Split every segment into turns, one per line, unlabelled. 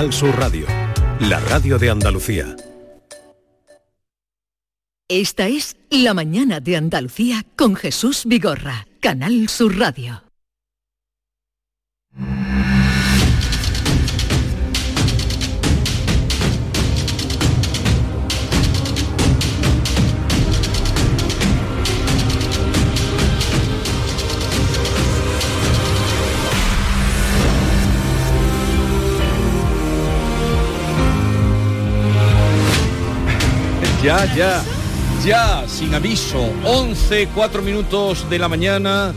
Al Sur Radio, la radio de Andalucía.
Esta es La mañana de Andalucía con Jesús Vigorra, Canal Sur Radio.
Ya, ya, ya, sin aviso. 11, 4 minutos de la mañana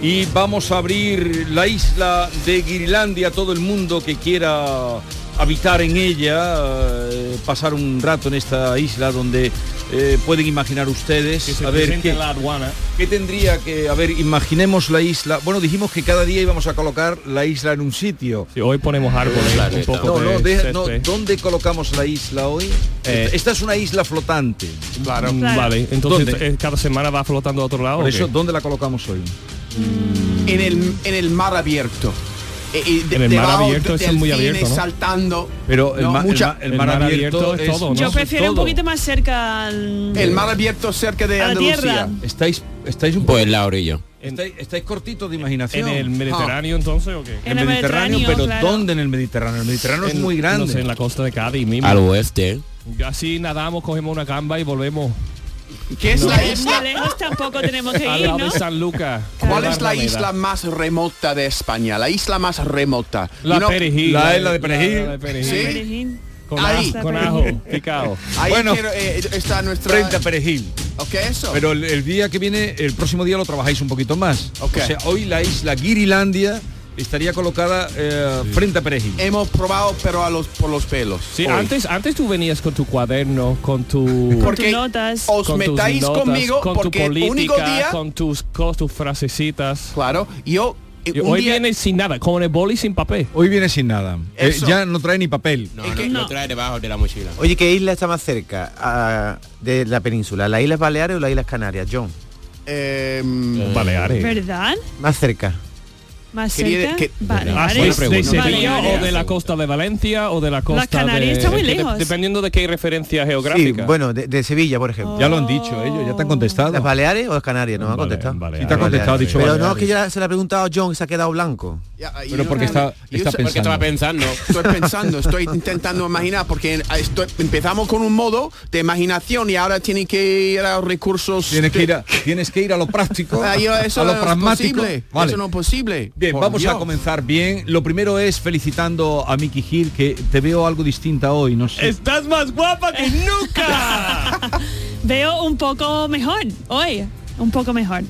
y vamos a abrir la isla de Guirlandia a todo el mundo que quiera habitar en ella, eh, pasar un rato en esta isla donde eh, pueden imaginar ustedes.
Que se
a ver
presente
qué,
la aduana.
qué tendría que, a ver, imaginemos la isla. Bueno, dijimos que cada día íbamos a colocar la isla en un sitio. Eh,
hoy ponemos árboles, un poco
No, no,
de
deja- no,
césped.
¿dónde colocamos la isla hoy?
Eh,
esta, esta es una isla flotante.
Claro. Mm, Vale, entonces
¿Dónde?
eh, cada semana va flotando a otro lado.
Por
¿o
eso,
qué?
¿dónde la colocamos hoy?
en el, en el mar abierto. Eh, eh, de-
En el mar
debajo
abierto,
de-
eso es muy
delfines
abierto, ¿no?
saltando.
Pero el,
No,
ma- el
mucha-
ma- el
el
mar,
mar
abierto,
abierto es todo, ¿no?
es
Yo prefiero un
todo.
poquito más cerca al...
El mar abierto cerca de
A la
Andalucía.
tierra.
Estáis, estáis un
Pues la orilla.
estáis, estáis cortitos de
¿En
imaginación. Ah.
el Mediterráneo entonces o qué?
En el Mediterráneo,
pero
claro.
¿dónde en el Mediterráneo? El Mediterráneo es
En-
muy grande.
No sé, en la costa de Cádiz mismo.
Al oeste.
Así nadamos, cogemos una gamba y volvemos
¿Qué es la
Pues muy
isla?
lejos tampoco tenemos que
al
ir,
lado
¿no?
de San Lucas.
¿Cuál es la
Barrameda.
isla más remota de España? La isla más remota.
La
No,
perejil.
la isla de perejil.
la de perejil.
Sí.
Medellín.
Con,
Ahí.
ajo, con ajo, picado.
Ahí
Bueno.
quiero, eh, está nuestra...
Frente a Perejil.
Ok, eso.
Pero el, el día que viene, el próximo día lo trabajáis un poquito más.
Ok.
O sea, hoy la isla Guirilandia estaría colocada eh, frente a Perejil.
Hemos probado, pero a los, por los pelos.
Sí,
hoy.
antes, antes tú venías con tu cuaderno, con tu...
Por-
Porque
tus notas.
os
con tus
metáis
notas,
conmigo
con
porque
tu
el
política,
único día...
con tus, con tus frasecitas.
Claro, yo... eh,
Y
un
hoy
día-
vienes sin nada, con el boli sin papel.
Hoy viene sin nada. Eh,
Eso.
ya no trae ni papel.
No,
Es
no,
que-
lo
no.
trae debajo de la mochila.
Oye, ¿qué isla está más cerca ah, de la península? ¿Las Islas Baleares o las Islas Canarias, John?
Em,
Eh, Baleares.
¿Verdad?
Más cerca.
Más
Quería-
cerca.
que-
Vale,
Ah,
vale.
¿de-
Buena
de
pregunta.
Sevilla
Baleares.
o de la costa de Valencia o de la costa
Canarias
de...
está muy
es que de-
lejos.
dependiendo de qué referencia
Sí,
geográfica.
bueno, de, de Sevilla, por ejemplo.
Ya lo han dicho ellos, ya te han contestado.
¿Las Baleares o las Canarias? No me ha
Vale,
contestado.
vale,
Sí, te ha
Las
contestado, ha
Baleares.
dicho
Pero no,
Baleares.
que ya se le ha preguntado a John y se ha quedado blanco.
ya, ahí
Pero
Ah, yo-
porque está,
yo
está
sé-
Porque
pensando.
estaba pensando.
Estoy pensando, estoy intentando imaginar, porque en- estoy- empezamos con un modo de imaginación y ahora tiene que ir a recursos.
Tienes que
de-
ir a, tienes que ir a lo práctico,
Ah, yo- eso
a lo
no es
pragmático.
posible,
Vale.
Eso no es posible.
Bien,
Por
vamos
Dios.
a comenzar bien. Lo primero es felicitando a Miki Gil, que te veo algo distinta hoy, no sé. Eh,
¡Estás más guapa que nunca!
Veo un poco mejor hoy. Un poco mejor.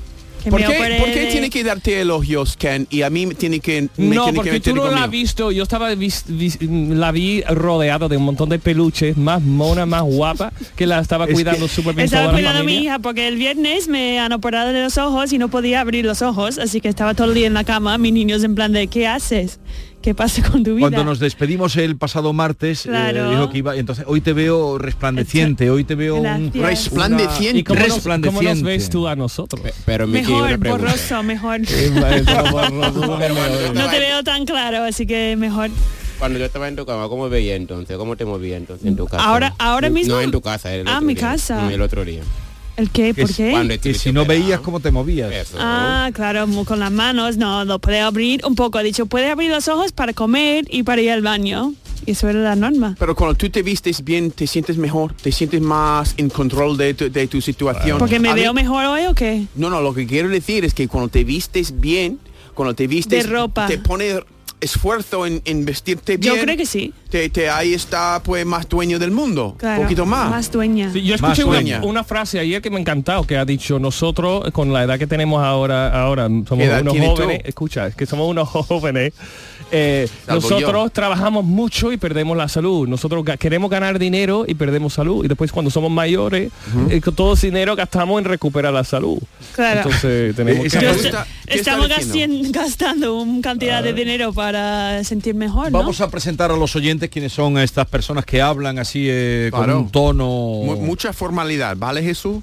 Que
¿Por
me
qué,
operé
por qué
de-
tiene que darte elogios, Ken? Y a mí me tiene que. me
no,
tiene que
porque
meter
tú no la has
conmigo?
visto. Yo estaba vis- vis- la vi rodeada de un montón de peluches, más mona, más guapa, que la estaba
que-
cuidando súper bien
Estaba
toda la
cuidando a mi
familia.
hija porque el viernes me han operado de los ojos y no podía abrir los ojos, así que estaba todo el día en la cama. Mis niños en plan de, ¿qué haces? ¿Qué pasa con tu vida?
Cuando nos despedimos el pasado martes, eh,
Claro.
dijo que iba, y entonces hoy te veo resplandeciente, hoy te veo un...
Gracias.
Resplandeciente.
¿Y cómo nos, cómo nos
resplandeciente.
ves tú a nosotros?
Pe- Pero me
Mejor,
una pregunta.
borroso, mejor.
Pero cuando yo
No
estaba
te
en-
veo tan claro, así que mejor.
Cuando yo estaba en tu cama, ¿cómo veía entonces? ¿Cómo te movía entonces en tu casa?
Ahora- ahora
No,
mismo-
No en tu casa, el
Ah,
otro
mi
día.
casa.
Mm, El otro día.
¿El qué? ¿Por
es
qué?
cuando
Que
estuviste
si no
operada.
veías cómo te movías.
Eso.
Ah, claro, mu- con las manos, no, lo puede abrir un poco. Ha dicho, puede abrir los ojos para comer y para ir al baño. Y eso era la norma.
Pero cuando tú te vistes bien, te sientes mejor, te sientes más en control de tu, de tu situación.
¿Porque me
A mí-
veo mejor hoy o qué?
No, no, lo que quiero decir es que cuando te vistes bien, cuando te vistes...
De ropa.
Te pone esfuerzo en, en vestirte bien.
Yo creo que sí.
Te, te- ahí está pues más dueño del mundo.
Claro,
un poquito más.
Más dueña.
Sí, yo
Más
escuché
sueña.
una, una frase ayer que me ha encantado, que ha dicho, nosotros con la edad que tenemos ahora, ahora somos
¿Qué edad
unos
tienes
jóvenes,
tú?
escucha, es que somos unos jóvenes, eh,
Salvo
nosotros
yo.
trabajamos mucho y perdemos la salud, nosotros ga- queremos ganar dinero y perdemos salud, y después cuando somos mayores, eh, con todo ese dinero gastamos en recuperar la salud.
Claro.
Entonces tenemos
Esa
que...
Yo
¿Qué
sé-
está- qué está
estamos
diciendo?
gastien- gastando una cantidad de dinero para sentir mejor, ¿no?
Vamos a presentar a los oyentes quiénes son estas personas que hablan así eh,
Claro.
con un tono...
Mu- mucha formalidad, ¿vale Jesús?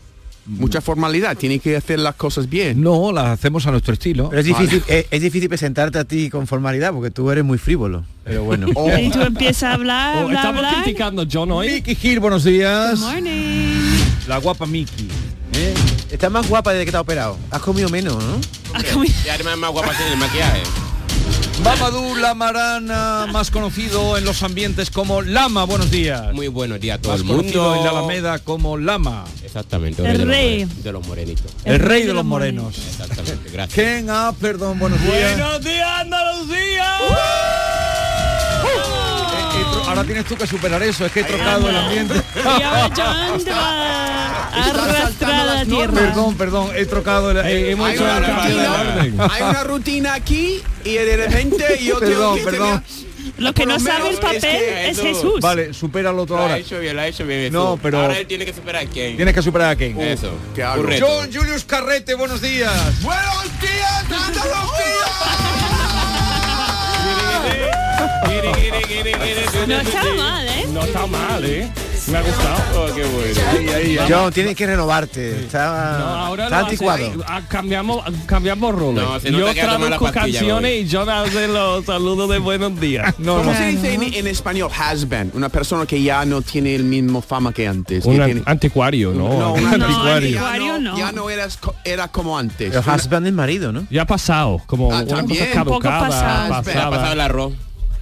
mucha formalidad, tiene que hacer las cosas bien.
No, las hacemos a nuestro estilo.
Pero es
Vale.
difícil, eh, es, es difícil presentarte a ti con formalidad porque tú eres muy frívolo. Pero bueno.
Y tú empiezas a hablar,
Oh,
hablar,
estamos
hablar.
criticando a John hoy.
Miki Gil, buenos días.
Good morning.
La guapa Miki. ¿eh?
Estás más guapa desde que te ha operado. Has comido menos, ¿no?
Ha comido-
Y además es más guapa tiene el maquillaje.
Mamadou Lamarana, más conocido en los ambientes como Lama, buenos días.
Muy buenos días a todo
más
el mundo.
conocido en la Alameda como Lama,
Exactamente.
El
de los
rey.
more- De los morenitos.
el, rey de los morenos.
Exactamente. Gracias.
Ken ah, perdón, buenos días.
días, Andalucía.
Eh, eh, tro- ahora tienes tú que superar eso, es que he trocado el ambiente.
Y ahora John te va a
Está
arrastrar
saltando
a la
las
tierra.
Perdón, perdón, he trocado el eh,
hemos
Hay
hecho
una,
el cambio de orden.
rutina, hay una rutina aquí y de repente yo tengo
Perdón,
que
perdón.
Lo que no
Por lo
sabe el
menos
papel
es
es,
que eso-
Jesús.
Vale, supéralo tú
Lo ha
ahora.
hecho bien, lo ha hecho bien.
No,
Jesús.
pero-
Ahora él tiene que superar a quién.
Tienes que superar a Ken.
Eso.
claro.
Un reto.
John Julius Carrete, buenos días. Oh.
Buenos días,
Guiri, guiri, guiri, guiri.
No está mal, ¿eh?
No está mal, ¿eh? Me ha gustado.
Oh, qué bueno.
John, tienes que renovarte. Está,
Ahora
está
lo hace-
anticuado.
ah, cambiamos, cambiamos roles.
No, se nota
Yo
que ha tomado la
traduzco
pastilla
canciones y John hace los saludos de buenos días.
No,
¿Cómo
no.
se dice en, en español has been? Una persona que ya no tiene el mismo fama que antes. que
Un
tiene-
an- anticuario, ¿no?
una
No,
persona que
anticuario.
Ya no,
Anticuario no.
ya no eras co- era como antes.
El
Una-
husband es marido, ¿no?
Ya ha pasado, como
Ah,
una
también.
cosa
Un
poco
caducada,
pasado.
Ah, Ha pasado
pasada.
el arroz.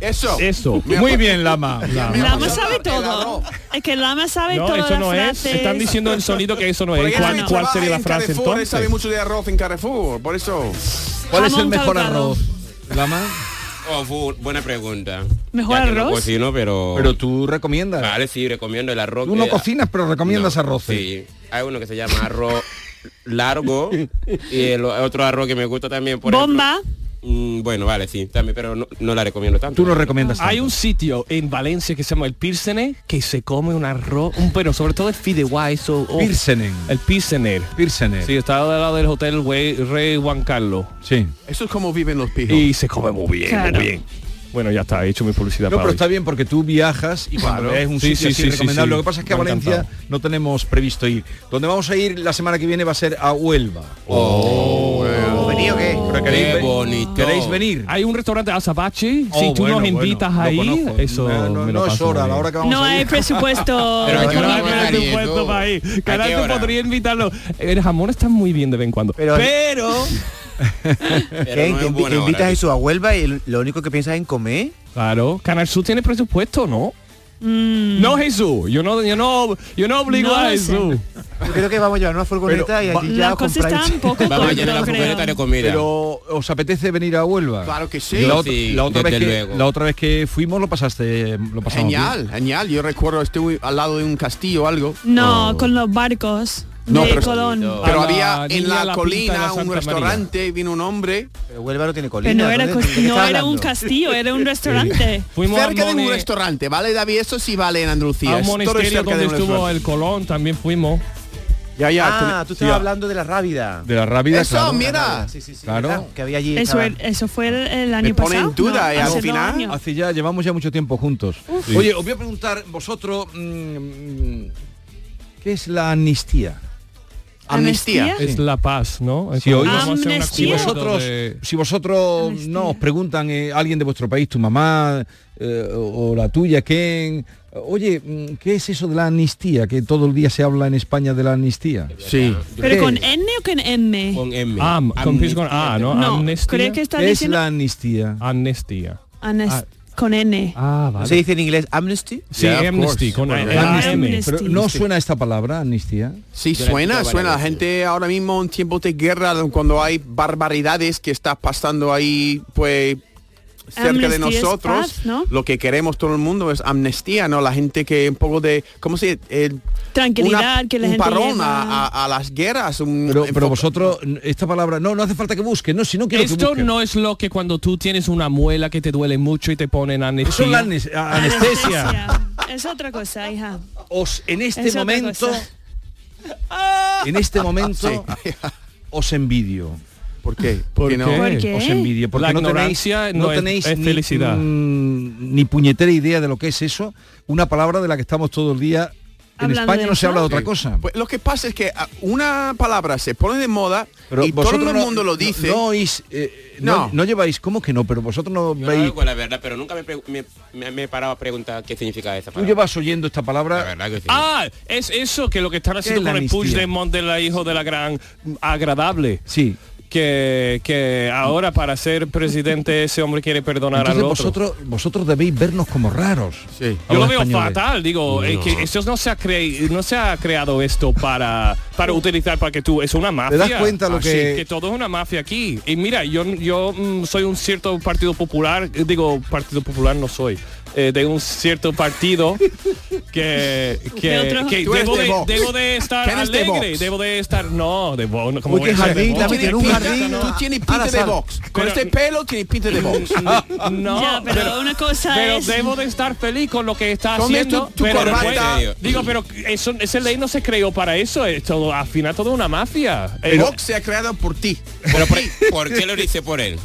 Eso.
Eso.
Me ha
Muy
pa-
bien, Lama.
Me ha
Lama
pasado
sabe
el
todo.
arroz.
Es que Lama sabe
No,
todas
eso
las
no es.
frases.
Están diciendo el sonido que eso no
Porque
es.
él
¿Cuál,
también
cuál
trabaja
sería la
en
frase
Carrefour, él sabe
entonces?
mucho de arroz en Carrefour, por eso.
¿Cuál es el mejor arroz?
Lama.
Oh, fu- buena pregunta.
¿Mejor
Ya que No
arroz?
cocino, pero...
Pero tú recomiendas.
Vale, sí, recomiendo el arroz.
Tú no
que-
cocinas, pero recomiendas
No,
arroces.
Sí, hay uno que se llama arroz largo y el otro arroz que me gusta también por
Bomba.
ejemplo. Mm, bueno, vale, sí, también, pero no, no la recomiendo tanto.
Tú no recomiendas.
Hay
tanto.
un sitio en Valencia que se llama el Pirsene que se come un arroz, un pero sobre todo el fideuá, eso. oh,
Pirsenen.
El Pirsener.
Pirsenen.
Sí, está al lado del hotel Güey- Rey Juan Carlos.
Sí.
Eso es como viven los pijos.
Y se come muy bien,
Claro.
muy bien. Bueno, ya está, he hecho mi publicidad
No,
para
pero
hoy.
está bien porque tú viajas y cuando
Claro.
es un
Sí,
sitio
sí,
así
sí, sí,
recomendable.
sí.
Lo que pasa es que a
Me ha
Valencia
encantado.
no tenemos previsto ir. Donde vamos a ir la semana que viene va a ser a Huelva.
Oh.
¿Vení o qué?
Pero
Qué
ve-
bonito.
¿Queréis venir?
Hay un restaurante azabache,
Oh,
si tú
bueno,
nos
bueno,
invitas
lo
ahí,
conozco.
eso
no, no,
me lo
no es
paso
hora, a la
bien.
hora que vamos
No
a
hay
ir.
presupuesto.
Pero aquí
No
hora
hay
va a ir,
presupuesto
tú?
para ahí.
¿A qué
Canal te
hora?
podría invitarlo. El jamón está muy bien de vez en cuando.
Pero-
Uh.
pero
Pero
¿Qué?
no
¿Que
es
invi-
buena
que invitas
hora.
a Jesús a Huelva y lo único que piensas es en comer?
Claro, Canal Sur tiene presupuesto, ¿no? No Jesús, yo no, yo no, yo no obligo
Mm. No
a
lo sé.
Jesús.
Yo creo que vamos a llevar una furgoneta y allí ya
La cosa está
compráis.
un poco
Vamos a llenar la
corto,
furgoneta de
creo.
comida.
Pero ¿os apetece venir a Huelva?
Claro que sí.
La,
Yo
ot-
sí,
la otra vez
desde
que,
luego.
la otra vez que fuimos lo pasaste, lo pasamos bien.
Genial, genial. Yo recuerdo estuve al lado de un castillo o algo.
No, con los barcos
No,
de
pero-
Colón.
Pero
A la
había en
niña la pinta de
la,
la
colina un
Santa
restaurante, vino un hombre
Pero Huelva no tiene colina.
Pero no era,
¿dónde-
cos-
de qué
no
estás
era un
hablando?
castillo, era un restaurante.
Fuimos a
cerca de un
Mone-
restaurante, ¿vale, David? Eso sí vale en
a
Andalucía.
un
es todo
monasterio
cerca
donde
de un
estuvo
restaurante.
el Colón, también fuimos.
Ya, ya.
Ah,
ten-
tú
sí, ya.
estabas hablando de la rábida.
De la rápida.
Eso,
claro.
mira.
Sí, sí, sí.
Claro.
¿verdad? Que había allí.
Eso,
estaba-
el- eso fue el, el año
pone en
pasado.
duda,
no,
eh, al
hace dos
final.
años.
Hace ya, llevamos ya mucho tiempo juntos. Sí. Oye, os voy a preguntar, vosotros, mm, ¿qué es la amnistía?
Amnistía.
¿Amnistía?
Es La Paz, ¿no?
Si hoy-
Vamos a hacer un
Si
Amnistía.
acuerdo
vosotros,
de-
si vosotros
Amnistía.
no os preguntan eh, alguien de vuestro país, tu mamá eh, o, o la tuya, Ken, oye, mm, ¿qué es eso de la amnistía? Que todo el día se habla en España de la amnistía.
Sí.
¿Qué
¿Pero con
es?
N o con M?
Con M.
Ah,
Am, con
Amnistía.
con A, ¿no?
no,
Amnistía.
creo que está
¿Qué es
diciendo
la amnistía?
Amnistía.
Anes- con N.
Ah,
¿No se dice en inglés amnesty?
Sí,
Yeah, of
Amnesty,
course.
con
Bueno,
el
amnistía.
AM.
Pero no suena esta palabra, amnistía.
Sí,
Yo la he
suena,
escuchado
suena. La
varias
gente ahora mismo en tiempos de guerra, cuando hay barbaridades que está pasando ahí, pues cerca de
Amnistía es
nosotros,
paz, ¿no?
lo que queremos todo el mundo es amnistía, ¿no? La gente que un poco de, ¿cómo se dice? Eh,
Tranquilidad,
una-
que la
un
gente
parón
lleva-
a, a- a las guerras. Un
Pero, pero
enfoca-
vosotros, n- esta palabra, no, no hace falta que busquen, no, si no quiero que
Esto
busquen.
no es lo que cuando tú tienes una muela que te duele mucho y te ponen
Eso es
amnistía.
la anes- a- anestesia.
Es otra cosa, hija.
Os, en este
Es otra
momento,
cosa.
en este momento, os envidio.
¿Por qué?
¿Por
Que no-
qué?
¿Por qué?
Os envidio. Porque
La
no tenéis,
ignorancia no es- es
ni-
felicidad.
mm, Ni, puñetera idea de lo que es eso. Una palabra de la que estamos todo el día en
Hablando
España
de
no se
eso.
habla de otra cosa.
Pues lo que pasa es que ah, una palabra se pone de moda
Pero
y todo
vosotros
el
no-
mundo lo
no-
dice.
No, oís, eh, no,
No.
no lleváis, ¿cómo que no? Pero vosotros no
Yo lo
veis.
oigo, la verdad, pero nunca me, pregu- me, me- me he parado a preguntar qué significa esa
Tú
palabra.
llevas oyendo esta
La
palabra.
verdad que sí.
Ah, es eso que lo que están haciendo
es la
con el
amnistía?
Puigdemont de la hijo de la gran agradable.
Sí.
Que, que ahora para ser presidente ese hombre quiere perdonar
Entonces
al otro.
vosotros, vosotros debéis vernos como raros.
Sí.
a
Yo lo
los
veo
españoles.
fatal, digo, es que eso no se ha cre- no se ha creado esto para
Oh.
para utilizar para que tú es una mafia.
das cuenta lo
Ah, sí,
que-
todo es una mafia aquí. Y mira, yo yo mm, soy un cierto partido popular, eh, digo, partido popular no soy. eh, de un cierto partido que, que,
¿De otro?
que
Tú eres
debo,
de
de,
Vox.
debo de estar
¿Quién es de
alegre,
Vox?
debo de estar no, de Vox, no, como
Uy,
voy a
qué
ser de
jardín,
Vox?
Tú
también
tienes
tiene un
pinta-
jardín,
Tú tienes
a la
pinta de
sal.
Vox. Con
Pero-
este pelo tienes pinta de Vox.
No,
Ya, pero una cosa
pero
es-
debo de estar feliz con lo que está
Come
haciendo.
tu- tu
pero
corbata.
después- digo, pero eso, esa ley no se creó para eso. Es todo, al final todo una mafia. Eh,
Vox se ha creado por ti.
Pero por, ¿por qué lo dice por él?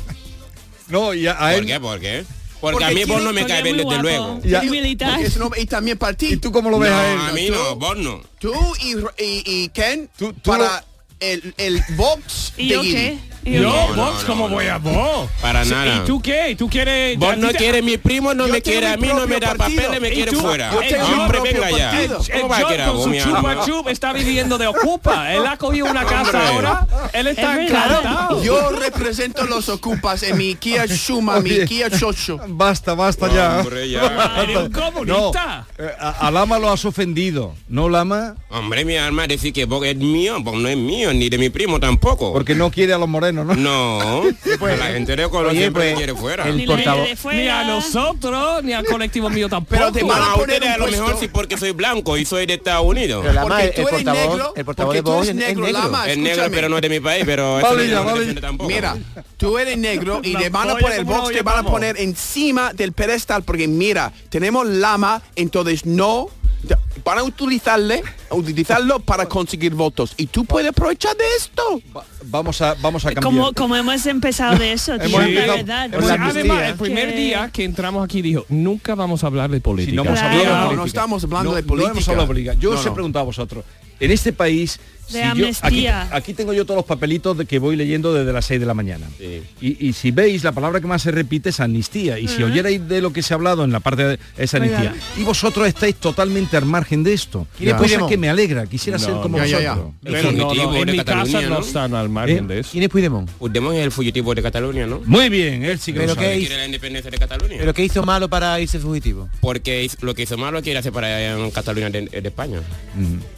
No, y a, a
¿Por
él.
qué? ¿Por qué? Porque,
Porque
a mí vos
tiene-
no me
Porque
cae
es
bien,
muy guapo.
desde luego.
Y
Ya.
militar.
Porque es no- y también para ti.
¿Y tú cómo lo ves a él?
No, a mí no, vos no.
Tú y, Ro- y, y Ken
Tú- tú
para el, el Vox
¿Y
de
yo qué?
Guiri.
¿Y
yo,
yo qué?
Vox, ¿cómo voy a Vox?
Para
Sí,
nada.
¿Y tú qué? ¿Tú quieres...? a
Vos
ti
no
te-
quieres mi primo, no
Yo
me quiere
tengo
a
mi
mí, no me
propio
da
partido.
papeles, me
¿Y
quiere
tú?
fuera.
Yo tengo mi
hombre,
propio
venga ya.
partido.
El
¿Cómo va a
John
querer a
con
vos,
su
mi alma?
chupa chup está viviendo de ocupa. Él ha cogido una casa
Hombre.
ahora. Él está
Es verdad.
encantado.
Yo represento los ocupas en mi Kia Shuma, mi
Oye.
Kia Chocho.
Basta, basta ya.
Hombre, ya.
Eres un
No,
comunista.
eh, a, a Lama lo has ofendido, ¿no, Lama?
Hombre, mi alma, decir que vos es mío, vos no es mío, ni de mi primo tampoco.
Porque no quiere a los morenos, ¿no? pues.
No, la gente de color
Oye,
siempre
pues,
me quiere fuera.
el
Ni la gente
portavoz-
de fuera.
Ni a nosotros, ni al colectivo mío tampoco.
Pero te van
Bueno,
a
a
poner
ustedes
un
a lo
puesto.
mejor sí porque soy blanco y soy de Estados Unidos.
Pero la
Porque
ma- el,
tú eres
portavoz,
negro,
el portavoz de
porque tú
Vox es,
eres
es
negro,
negro.
Lama.
Es negro,
escúchame.
pero no es de mi país, pero eso
Vale,
no
ya,
lo
vale.
defiende tampoco.
Mira, tú eres negro y
Una
te van a
polla
poner el
como una
box,
olla
te van a
pavo.
poner encima del pedestal porque mira, tenemos lama, entonces no te- van a utilizarle, a utilizarlo para conseguir votos y tú puedes aprovechar de esto.
Va- vamos a vamos a cambiar.
Como, como hemos empezado de eso, tío,
Hemos
la
empezado-
verdad.
hemos
Pues,
tío.
además, el
Que-
primer día que entramos aquí dijo, nunca vamos a hablar de política.
Si no hemos
Claro.
hablado de
No, no
política.
estamos hablando
No,
de
No hemos
política.
hablado de política. Yo
No,
os he
no.
preguntado a vosotros, en este país...
De
yo- aquí,
amnistía.
aquí tengo yo todos los papelitos de que voy leyendo desde las 6 de la mañana.
Sí.
Y, y si veis, la palabra que más se repite es amnistía. Y si oyerais de lo que se ha hablado en la parte de es amnistía. Y vosotros estáis totalmente al margen de esto.
¿Quién es
Cosa
Puigdemont?
que me alegra. Quisiera
No,
ser como
no, ya, ya.
vosotros.
Pero no,
Fugitivo
no, en
de
mi
Cataluña,
casa no
¿no?
están al margen
¿Eh?
de eso.
¿Quién es Puigdemont?
Puigdemont es el fugitivo de Cataluña, ¿no?
Muy bien, él sí que
Pero
lo sabe.
qué
Quiere la independencia de Cataluña.
¿Pero qué hizo malo para irse fugitivo?
Porque hizo- lo que hizo malo quiere hacer para eh, Cataluña de, de España.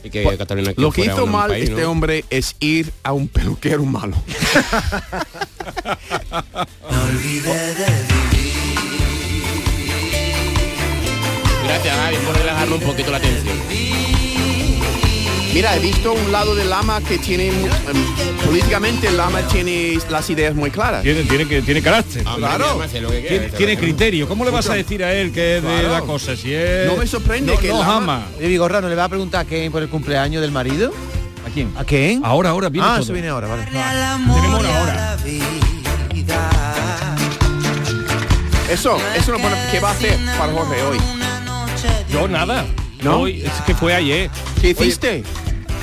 Y que Cataluña
Lo que
fuera
hizo
un
mal
país,
este
¿no?
hombre es ir a un peluquero malo.
Gracias, Javi, por relajarme un poquito la atención.
Mira, he visto un lado de Lama que tiene em, políticamente Lama tiene las ideas muy claras.
Tiene, tiene que, tiene carácter.
Hombre,
Claro.
mi alma, sé lo que quiere,
Tiene,
sé lo
tiene
que quiere.
criterio. ¿Cómo le vas a decir a él que es de
Claro.
la cosa? Si es-
No me sorprende
no,
que
no
Lama-
ama.
Oye, Vigorra, ¿no le va a preguntar a Ken por el cumpleaños del marido?
¿A quién?
¿A Ken?
Ahora, ahora viene
ah,
todo.
eso viene ahora, vale.
Tenemos una hora.
Eso, eso lo pone, ¿qué va a hacer para Jorge hoy?
Yo nada.
¿No?
Hoy, es que fue ayer.
¿Qué hiciste?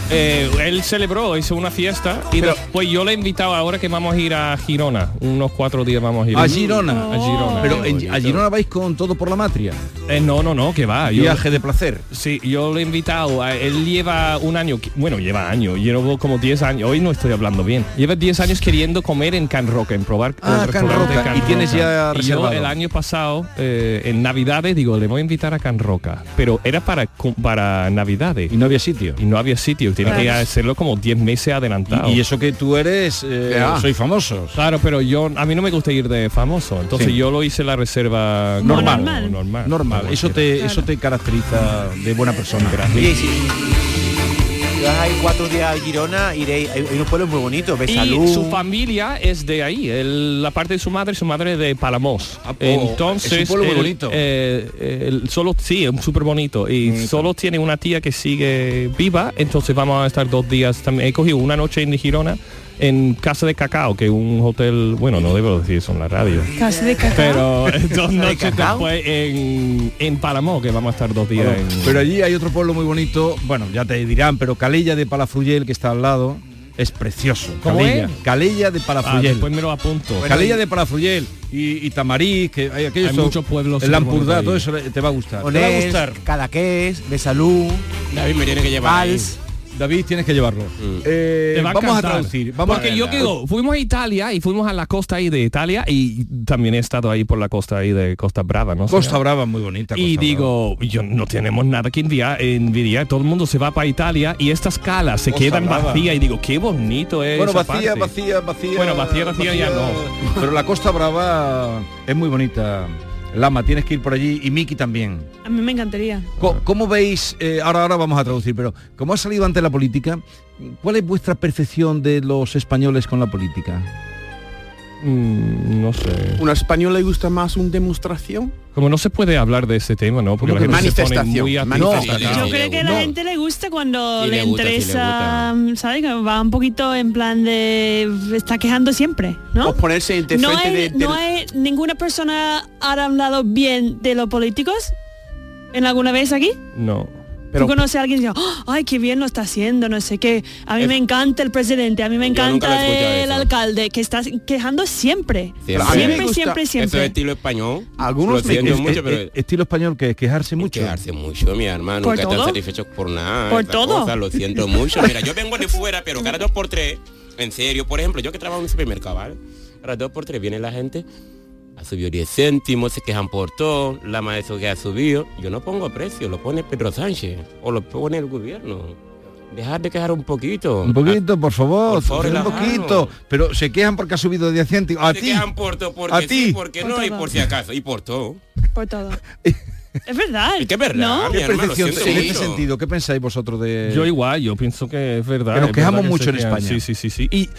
Eh, él celebró, hizo una fiesta y
Pero-
después yo le invitaba ahora que vamos a ir a Girona. Unos cuatro días vamos a ir.
A Girona.
A Girona.
Pero en, a Girona vais con todo por la matria.
Eh, no, no, no, que va. Yo,
Viaje de placer.
sí, yo lo he invitado. a- él lleva un año, que- bueno, lleva años, llevo como 10 años. Hoy no estoy hablando bien. Lleva 10 años queriendo comer en Can Roca, en probar
Ah,
el
Can
restaurante
Roca. Y tienes ya
Y
reservado.
yo el año pasado, eh, en Navidades, digo, le voy a invitar a Can Roca. Pero era para, cu- para Navidades.
Y no había sitio.
y no había sitio, tiene que hacerlo como 10 meses adelantado.
Y, y eso que tú eres, eh,
Ya.
soy famoso.
Claro, pero yo a mí no me gusta ir de famoso, entonces
Sí.
yo lo hice la reserva
Normal.
normal, normal.
Normal. Eso te, eso te caracteriza de buena persona.
Oye, y si si vas a ir cuatro días a Girona, iréis. Hay hay unos pueblos muy bonitos,
Pues
Y
Besalú.
su familia es de ahí, el- la parte de su madre, su madre es de Palamos.
Ah, oh,
Entonces,
es un pueblo muy
él,
bonito.
eh, él solo sí, es súper bonito y solo tiene una tía que sigue viva, entonces vamos a estar dos días también. He cogido una noche en Girona en Casa de Cacao, que es un hotel, bueno, no debo decir son en la radio.
Casa de cacao.
Pero eh, dos noches
Cacao?
después en, en Palamó, que vamos a estar dos días en...
Pero allí hay otro pueblo muy bonito, bueno, ya te dirán, pero Calella de Palafruyel, que está al lado, es precioso.
¿Cómo
Calella,
es?
Calella de
Ah,
Palafruyel.
después me lo apunto.
Calella de Palafruyel y, y Tamariz, que hay, aquellos
Hay
son-
muchos pueblos
El Lampurdá,
bonitos
todo
ahí.
eso le- te va a gustar. te va a
Onés,
gustar.
Cadaqués, Besalú,
David me tiene que llevar. ahí. Mm.
Vals.
David, tienes que llevarlo. Eh,
Te va
vamos a,
encantar.
traducir. Vamos
Porque
a-
yo que digo, fuimos a Italia y fuimos a la costa ahí de Italia y también he estado ahí por la costa ahí de Costa Brava, ¿no?
Costa Brava muy bonita.
y
Costa Brava.
digo, yo no tenemos nada que enviar, envidiar, todo el mundo se va para Italia y estas calas se
Costa
quedan
Brava.
vacías y digo, qué bonito es.
Eh, Bueno,
esa
vacía,
parte.
vacía, vacía.
Bueno, vacía, vacía ya no.
Pero la Costa Brava es muy bonita. Lama, tienes que ir por allí y Miki también.
A mí me encantaría.
Co- ¿Cómo, veis, eh, ahora, ahora vamos a traducir, pero como ha salido ante la política, ¿cuál es vuestra percepción de los españoles con la política?
Mm, no sé.
¿Un español le gusta más una demostración?
Como no se puede hablar de ese tema, ¿no? Porque
¿Cómo que
la gente se pone
manifestación?
muy
Manifestación.
atascada.
No,
Yo
y
creo
le-
que a la
no.
gente le gusta cuando
Y
le,
le gusta, sí, le
interesa, ¿sabes? Que va un poquito en plan de... Está quejando siempre, ¿no?
O ponerse de
no
frente
hay,
de- de-
no hay ninguna persona ha hablado bien de los políticos en alguna vez aquí.
No.
Pero-
Tú conoces a alguien y dices, "Oh, ay, qué bien lo está haciendo, no sé qué. A mí
Es-
me encanta el presidente, a mí me
Yo nunca lo
encanta
he escuchado
el
eso.
alcalde, que está quejando siempre.
Siempre.
A mí me
Siempre,
gusta-
siempre,
Eso
siempre.
es estilo español.
Algunos
lo siento
me- es-
mucho,
Eh,
pero
eh, estilo español que es quejarse mucho.
quejarse mucho, mi hermano.
¿Por
Nunca están
todo?
satisfechos por nada.
¿Por
esta
todo?
cosa, lo siento mucho. Mira, yo vengo de fuera, pero cada dos por tres, en serio, por ejemplo, yo que trabajo en un supermercado, ¿vale? Cada dos por tres viene la gente, ha subido 10 céntimos, se quejan por todo, la maestra que ha subido. Yo no pongo precio, lo pone Pedro Sánchez o lo pone el gobierno. Dejar de quejar un poquito.
Un poquito, por favor,
Por favor,
un
relajaros.
poquito. Pero se quejan porque ha subido 10 céntimos. A
se
ti.
quejan por todo, porque
A ti.
sí, porque
Por
no, y
todo.
por si acaso, y por todo.
Por todo. es verdad.
Es que es verdad,
¿No?
mi
¿Qué
hermano, lo
percepción
siento
en este
mucho.
sentido? ¿Qué pensáis vosotros de...?
Yo igual, yo pienso que es verdad.
Que nos
es
Eh, quejamos
verdad que
mucho
se
en
quejan.
España.
Sí, sí, sí, sí. Y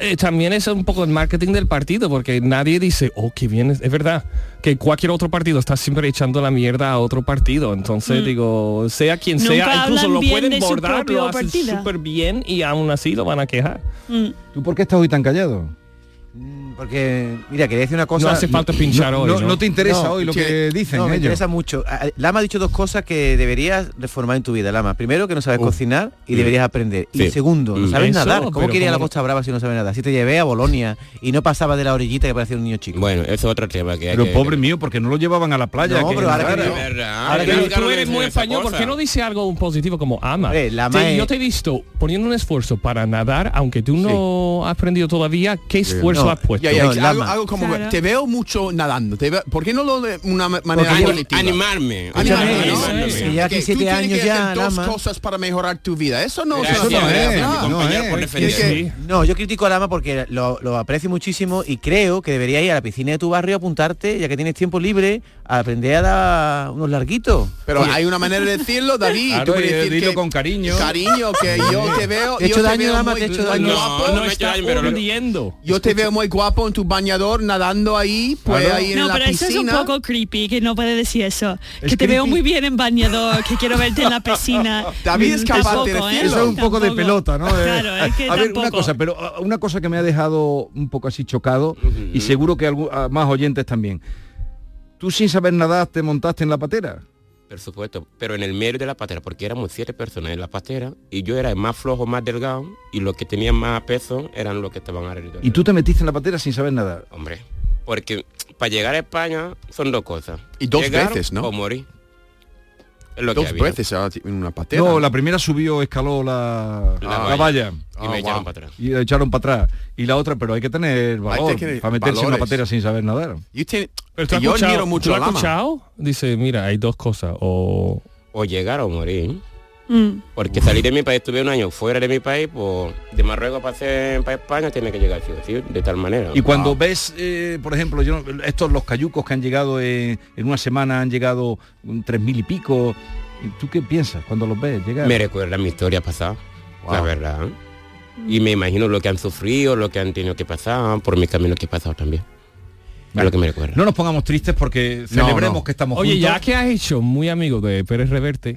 eh, también es un poco el marketing del partido, porque nadie dice, oh, qué bien, es, es verdad, que cualquier otro partido está siempre echando la mierda a otro partido. Entonces, digo, sea quien
Mm. Nunca
sea, incluso
hablan
lo
bien
pueden
de su
bordar,
propio
lo hacen
partido.
súper bien y aún así lo van a quejar.
Mm.
¿Tú por qué estás hoy tan callado?
Mm, Porque, mira, quería decir una cosa.
no hace falta pinchar hoy.
no,
¿no?
no te interesa
No,
hoy lo
sí,
que dicen
no, me
ellos.
interesa mucho. Ah, Lama ha dicho dos cosas que deberías reformar en tu vida, Lama. Primero, que no sabes
Uf.
cocinar
Mm.
y deberías aprender. Y
Sí.
segundo, no
Mm.
sabes
Eso,
nadar. ¿Cómo
pero
quería la
¿cómo no?
Costa Brava si no sabes nadar? Si te llevé a Bolonia y no pasaba de la orillita que parecía un niño chico.
Bueno, eso es otro tema que hay
Pero
que-
pobre mío, porque no lo llevaban a la playa.
No,
que
pero ahora que
nadara.
digo-
Verdad,
Ahora
verdad,
Pero
claro
tú
que
eres
dicen
muy
esa
español, ¿por
cosa.
qué no dice algo positivo como ama?
Hombre, la
Te-
ama es-
yo te he visto poniendo un esfuerzo para nadar, aunque tú no has aprendido todavía, ¿qué esfuerzo
No,
has puesto?
Ya, ya,
No,
algo,
lama.
algo como
Claro.
te veo mucho nadando. Te veo- ¿Por qué no lo de una ma- manera
Ani-
colectiva?
Animarme.
Animarme,
Escúchame,
¿no?
eso,
animarme.
eso. Ya
Que
aquí siete
tú tienes
años
que
ya,
hacer dos
Lama.
cosas para mejorar tu vida. Eso no,
Gracias,
eso no
gracias,
es.
mi
no.
compañero,
no
por
es.
Tienes que-
defenderme.
No, yo critico a Lama porque lo, lo aprecio muchísimo y creo que debería ir a la piscina de tu barrio, apuntarte, ya que tienes tiempo libre, a aprender a dar unos larguitos.
Pero hay una manera de decirlo, David.
Claro,
puedes
eh,
decir
dilo con cariño.
Cariño, que yo te veo.
Te he
yo
hecho
te
daño,
veo
Lama,
muy-
te he hecho
muy
daño.
guapo.
No, no,
está
ya, pero lo-
hundiendo.
Yo te veo muy guapo en tu bañador nadando ahí, pues
Claro.
ahí en
No,
la
pero eso
piscina.
es un poco creepy, que no puede decir eso. que te veo
creepy.
muy bien en bañador, que quiero verte en la piscina.
David es
Mm,
capaz de
tampoco, ¿eh?
decirlo.
Eso es un poco de
Tampoco.
pelota, ¿no? Eh,
Claro, es que
a ver, una
tampoco.
cosa, pero ah, una cosa que me ha dejado un poco así chocado y seguro que algu- ah, más oyentes también. Tú sin saber nadar te montaste en la patera.
Por supuesto, pero en el medio de la patera, porque éramos siete personas en la patera y yo era el más flojo, más delgado y los que tenían más peso eran los que estaban alrededor.
Y tú te metiste en la patera sin saber nadar.
Hombre, porque para llegar a España son dos cosas.
Y dos
Llegar
veces, ¿no?
O morir. Es lo que
Dos
había.
veces ah, en una patera.
No, la primera subió, escaló la,
La
la
valla.
valla.
Y
Ah,
me echaron
guau.
para atrás.
Y la echaron para atrás. Y la otra, pero hay que tener valor
que tener
para meterse en la
valores.
patera sin saber nadar.
You think-
Pero tú has
yo
escuchado-
admiro
¿tú
mucho a
has
Lama.
escuchado? Dice, mira, hay dos cosas. O
O llegar o morir.
Mm.
Porque salí de mi país, estuve un año fuera de mi país, pues de Marruecos para, hacer, para España tiene que llegar, sí, o sí, de tal manera.
Y cuando ves, eh, por ejemplo, yo, no- estos los cayucos que han llegado eh, en una semana, han llegado un tres mil y pico, ¿tú qué piensas cuando los ves llegar?
Me recuerda mi historia pasada,
Wow.
la verdad. Y me imagino lo que han sufrido, lo que han tenido que pasar, por mi camino que he pasado también. Es lo que me recuerda.
No nos pongamos tristes porque celebremos
no.
que estamos
Oye,
juntos.
ya que has hecho muy amigo de Pérez Reverte,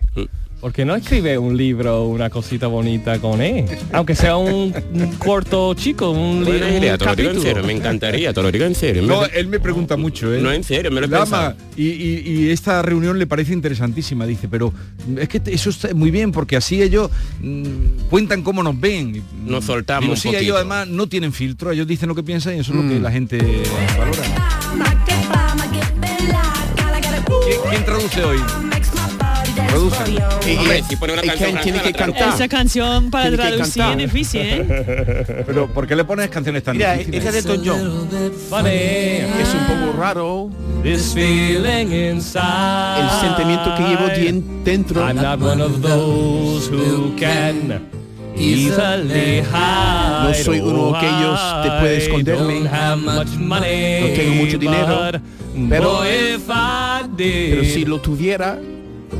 ¿Por qué no escribe un libro, una cosita bonita con él? Aunque sea un, un corto chico, un, li-
Buena
un
idea, te lo digo en
capítulo.
serio, me encantaría, te lo digo en serio.
No,
Me-
él me pregunta mucho, ¿eh?
No, en serio, me lo he
Lama,
pensado.
y, y- y esta reunión le parece interesantísima, dice, pero es que eso está muy bien, porque así ellos mm, cuentan cómo nos ven. Mm,
Nos soltamos
Digo,
un
sí,
poquito. Mm.
ellos además no tienen filtro, ellos dicen lo que piensan y eso es lo que la gente valora. ¿Quién, quién traduce hoy? Traduce.
Y-
Hombre,
y-
si pone una
y
canción
Ken tiene que
francesa, la
cantar.
Esa canción para
Tiene que
traducir
cantar.
es difícil, ¿eh?
Pero ¿por qué le pones canciones tan
Mira,
difíciles?
esa es de Elton John.
Es un poco raro
This feeling inside.
el sentimiento que llevo dien- dentro.
I'm not one of those who can easily hide.
No soy uno de aquellos que puede esconderme.
I don't have much money,
No tengo mucho dinero,
but
pero-
boy, if I did,
Pero si lo tuviera,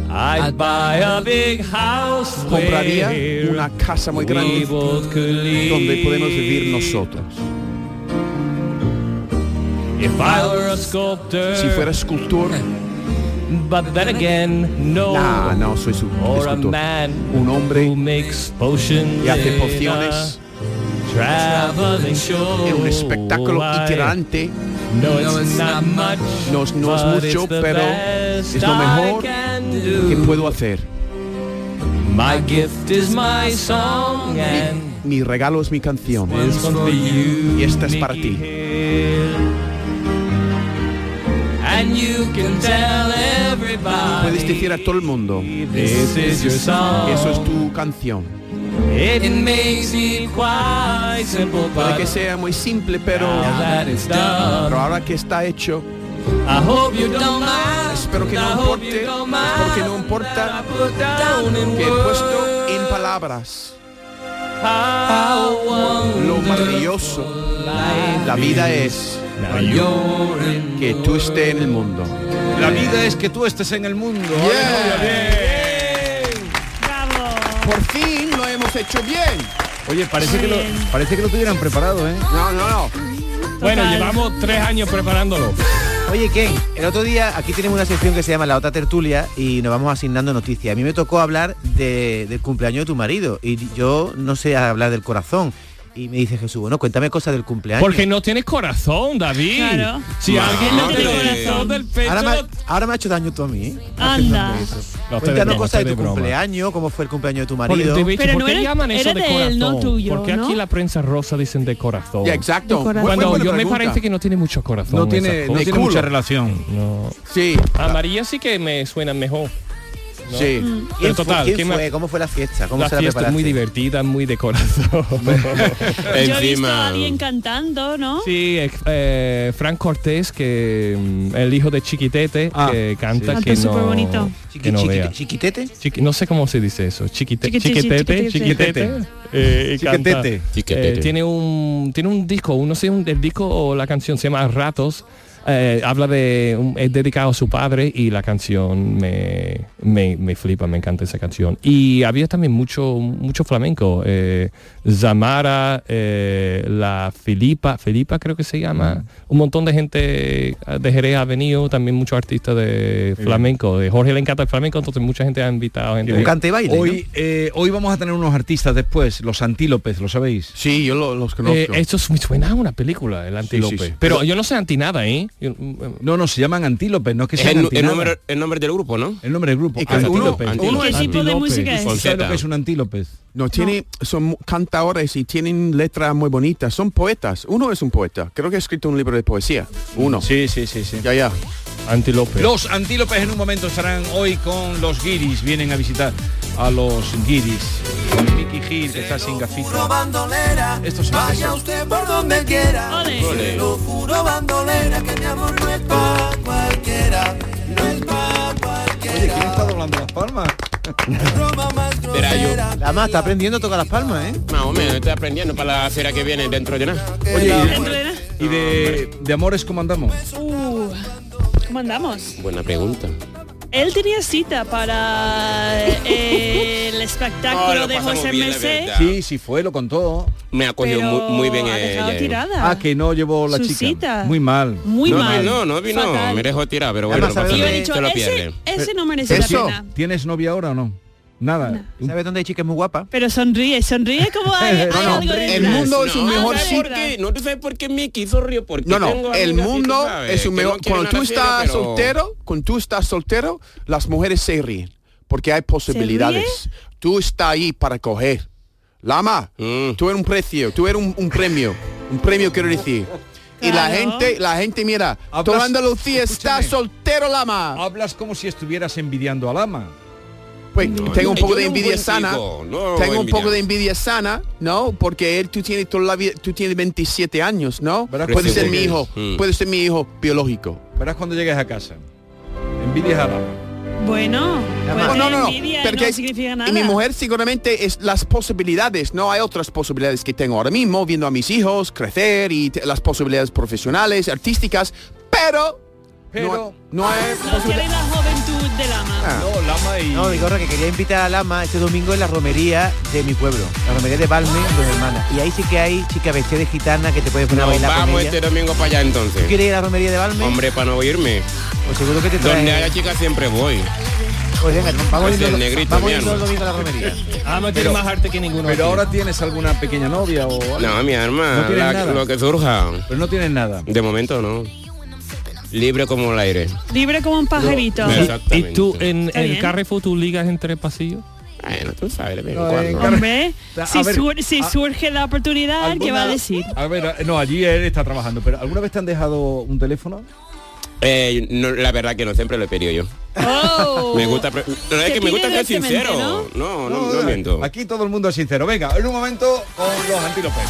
I'd buy a big house
compraría
where
una casa muy
we
grande
both could live.
donde podemos vivir nosotros.
If I were a sculptor,
Si fuera escultor,
but then again, no.
nah, no, soy su
Or a
escultor.
man
Un hombre
who makes potions
que hace
in a
pociones,
traveling show.
es un espectáculo itinerante,
No, it's not much,
no, es- no
but
es mucho,
it's the
pero
best
es lo mejor
I can
que
do.
puedo hacer.
My gift is my song and
Mi regalo es mi canción.
this one's for you,
Y esta es
Mickey
para ti.
Hill. And you can tell everybody
Puedes decir a todo el mundo,
this is your song.
eso es tu canción.
It may seem quite simple,
Puede
but
que sea muy simple, pero,
now that it's
pero
done,
ahora que está hecho,
I hope you don't mind.
espero que
I
no
hope
importe,
you don't mind
porque no
that I
importa
put down in
que he puesto en
words
palabras
how
lo
wonderful
maravilloso
life
la vida is.
Now you're in
que tú estés en el mundo.
La vida es que tú estés en el mundo.
Yeah.
Bravo.
Por fin lo hemos hecho bien.
Oye, parece que, lo, parece que lo tuvieran preparado, ¿eh?
No, no, no.
Bueno,
Total.
llevamos tres años preparándolo.
Oye, Ken, el otro día aquí tenemos una sección que se llama La Otra Tertulia y nos vamos asignando noticias. A mí me tocó hablar de- del cumpleaños de tu marido y yo no sé hablar del corazón. Y me dice Jesús, bueno, cuéntame cosas del cumpleaños.
Porque no tienes corazón, David.
Claro.
Si alguien no
Madre.
tiene corazón del pecho,
ahora, me,
no-
ha- ahora me ha hecho daño tú a mí. ¿eh?
Anda.
no estoy de
Cuéntanos
broma,
cosas
estoy
de tu
broma.
cumpleaños, cómo fue el cumpleaños de tu
Por-
marido.
te he dicho,
Pero
¿por
no
qué
era-
llaman eso
era
de
de
corazón?
él, no tuyo,
Porque aquí
¿no?
la prensa rosa dicen de corazón.
Ya, exacto.
De corazón.
Buen-
Cuando
buena
yo me
pregunta.
parece que no tiene mucho corazón.
No tiene,
esas
no
cosas.
tiene mucha relación.
No.
Sí,
Amarilla sí que me suena mejor.
sí.
¿Quién
Pero
fue-
total,
¿quién
¿quién
fue?
me-
¿Cómo fue la fiesta? ¿Cómo
La
se la
fiesta es
preparaste?
muy divertida, muy de corazón.
Yo he visto a
Encima.
alguien cantando, ¿no?
sí, eh, eh, Frank Cortés, que mm, el hijo de Chiquitete,
Ah,
que canta
sí.
que
Canta
no,
superbonito.
Chiqui-
que no
chiquite-
vea.
chiquitete.
Chiqui- no sé cómo se dice eso. Chiquite,
Chiquiti-
chiquitete,
chiquitete.
chiquitete. eh, y canta.
Chiquetete.
Chiquetete.
Eh, tiene un tiene un disco, no sé, un- el disco o la canción se llama Ratos. eh, habla de un- es dedicado a su padre y la canción me, me, me flipa, me encanta esa canción. Y había también mucho mucho flamenco. eh, Zamara, eh, la Filipa, Filipa creo que se llama. Un montón de gente de Jerez ha venido, también muchos artistas de flamenco. De Jorge le encanta el flamenco, entonces mucha gente ha invitado. Gente
Un cante y baile. ¿no?
Hoy, eh, hoy vamos a tener unos artistas después, los antílopes, ¿lo sabéis?
Sí, yo lo- los conozco.
Eh, esto es- me suena a una película, el antílope.
sí.
Pero yo no soy anti nada, ¿eh? Yo, mm,
No, no, se llaman antílopes, no es que
Es
sea
el, nu- el número, el nombre del grupo, ¿no?
el nombre del grupo.
Es que uno-
antílopes.
uno-
¿Tú
¿Qué
Antílope.
tipo de
Antílope.
música
Con
es?
sabes lo
Z.
que es un antílope?
no, tiene, son mu- cantadores y tienen letras muy bonitas. Son poetas. Uno es un poeta. Creo que ha escrito un libro de poesía. Uno.
Sí, sí, sí, sí.
Ya, ya.
antílope.
Los antílopes en un momento estarán hoy con los guiris, vienen a visitar a los guiris. Con Mickey Gil, que está sin gafitas. Esto es
Vaya usted por donde quiera.
Ole.
Te lo juro, bandolera, que mi amor no es pa' cualquiera. No es pa'
Oye, ¿quién
cualquiera.
está doblando las palmas?
Broma más
Será yo.
grosera.
Además, está aprendiendo a tocar las palmas, ¿eh?
Más o menos, estoy aprendiendo para la cera que viene dentro de nada.
Oye,
Dentro de nada.
¿Y de, de amores cómo andamos?
Uh, ¿Cómo andamos?
Buena pregunta.
Él tenía cita para eh, el espectáculo
No, lo
de
pasamos
José
bien, la
Merced,
verdad.
Sí, sí fue, lo contó.
Me ha cogido
pero
muy, muy bien
ha dejado
ella.
tirada.
Ah, que no llevó la
Su
chica.
cita.
Muy mal.
Muy
no,
mal.
No, no, vino,
Fatal.
me dejó tirar, pero bueno,
Además,
no pasa
¿sabes
Y yo
nada.
he
dónde-
dicho,
Te lo
ese,
pierde.
ese no merece
¿Eso?
la pena.
¿Tienes novia ahora o no?
Nada.
¿Sabes dónde hay chicas muy guapas?
Pero sonríe, sonríe como hay, hay
No, no,
algo
el
detrás.
mundo es un
No,
mejor
no,
¿sabes
sitio.
por qué? No tú sabes por qué Mickey sonrió. Porque
No, no,
tengo
el
amigas que tú
mundo
sabes
es un
que no
mejor.
quieren
Cuando tú
nada serio,
estás
pero-
soltero, cuando tú estás soltero, las mujeres se ríen porque hay posibilidades. Tú estás ahí para coger. Lama,
Mm.
tú eres un precio, tú eres un, un premio, un premio quiero decir. Y la
Claro.
gente, la gente mira,
Hablas-
toda Andalucía está
Escúchame.
soltero, Lama.
Hablas como si estuvieras envidiando al ama.
Pues
No,
tengo un
yo-
poco
yo
de
era un
envidia
buen
sana.
chico, no
tengo un
envidia.
poco de envidia sana, ¿no? Porque él, tú tienes toda la vida, tú tienes 27 años, ¿no?
Verás
Puede
cómo
ser
eres.
mi hijo,
Mm.
puede ser mi hijo biológico.
Verás cuando llegues a casa. Envidias al ama.
Bueno,
No,
pues
no, no, no,
envidia
porque
no
es-
significa nada.
Y mi mujer seguramente es las posibilidades, no hay otras posibilidades que tengo ahora mismo, viendo a mis hijos crecer y te- las posibilidades profesionales, artísticas, pero,
Pero-
no, no es
No quiere la juventud del ama.
No, el ama y...
Ah. No, digo, Gorra, que quería invitar a Lama este domingo en la romería de mi pueblo, la romería de Balme, dos hermanas. Y ahí sí que hay chicas vestidas de gitana que te puedes poner a
Nos
bailar con
vamos
ella.
este domingo para allá
¿Tú
entonces.
quieres ir a la romería de Balme?
Hombre, para no irme.
Pues seguro que te
Donde haya
traes.
chicas siempre voy.
Pues venga, vamos
Es el
yendo-
negrito,
vamos
mi
yendo el
hermano.
domingo a la romería.
Ama tiene más arte que ninguno.
Pero
aquí.
ahora tienes alguna pequeña novia o algo.
No, mi arma,
No tienes
la-
nada.
lo que surja.
Pero no tienes nada.
De momento no. Libre como el aire.
Libre como un pajarito.
Pero-
¿Y
Exactamente.
tú en
Está
el
bien.
Carrefour tú ligas entre pasillos?
Bueno, tú sabes, de vez en
No,
cuando.
eh,
Hombre,
A
si,
ver,
sur- si
a-
surge la oportunidad, ¿qué va a
¿Alguna-
decir?
A ver, eh, no, allí él está trabajando, pero ¿alguna vez te han dejado un teléfono?
Eh, no, la verdad que no siempre lo he pedido yo.
Oh.
Me gusta, pre- pero es
Te
que
pide
me gusta ser
directamente,
sincero.
¿no?
No, no, no, miento.
Aquí todo el mundo es sincero. Venga, en un momento con los antílopes.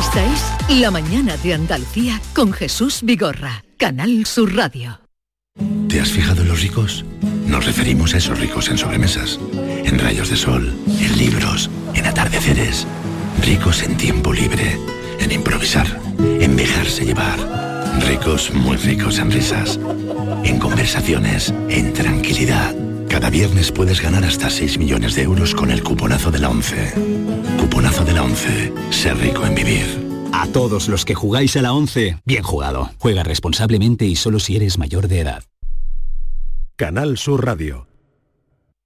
Esta es La mañana de Andalucía con Jesús Vigorra, Canal Sur Radio.
¿Te has fijado en los ricos? Nos referimos a esos ricos en sobremesas, en rayos de sol, en libros, en atardeceres. Ricos en tiempo libre, en improvisar, en dejarse llevar. Ricos, muy ricos en risas, en conversaciones, en tranquilidad. Cada viernes puedes ganar hasta 6 millones de euros con el cuponazo de la 11. Cuponazo de la 11. Ser rico en vivir.
A todos los que jugáis a la 11, bien jugado. Juega responsablemente y solo si eres mayor de edad.
Canal Sur Radio.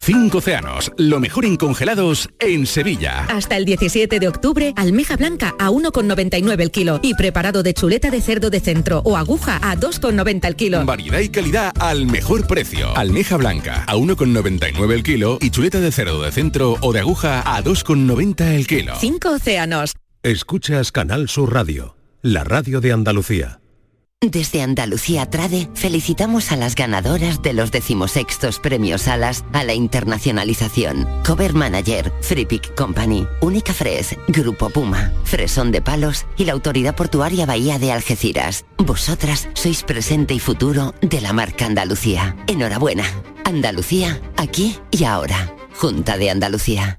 5 océanos, lo mejor en congelados en Sevilla.
Hasta el 17 de octubre, almeja blanca a 1,99 el kilo y preparado de chuleta de cerdo de centro o aguja a 2,90 el kilo.
Variedad y calidad al mejor precio. Almeja blanca a 1,99 el kilo y chuleta de cerdo de centro o de aguja a 2,90 el kilo.
Cinco océanos.
Escuchas Canal Sur Radio, la radio de Andalucía.
Desde Andalucía Trade felicitamos a las ganadoras de los decimosextos premios Alas a la internacionalización. Cover Manager, Free Pick Company, Única Fres, Grupo Puma, Fresón de Palos y la Autoridad Portuaria Bahía de Algeciras. Vosotras sois presente y futuro de la marca Andalucía. Enhorabuena. Andalucía, aquí y ahora. Junta de Andalucía.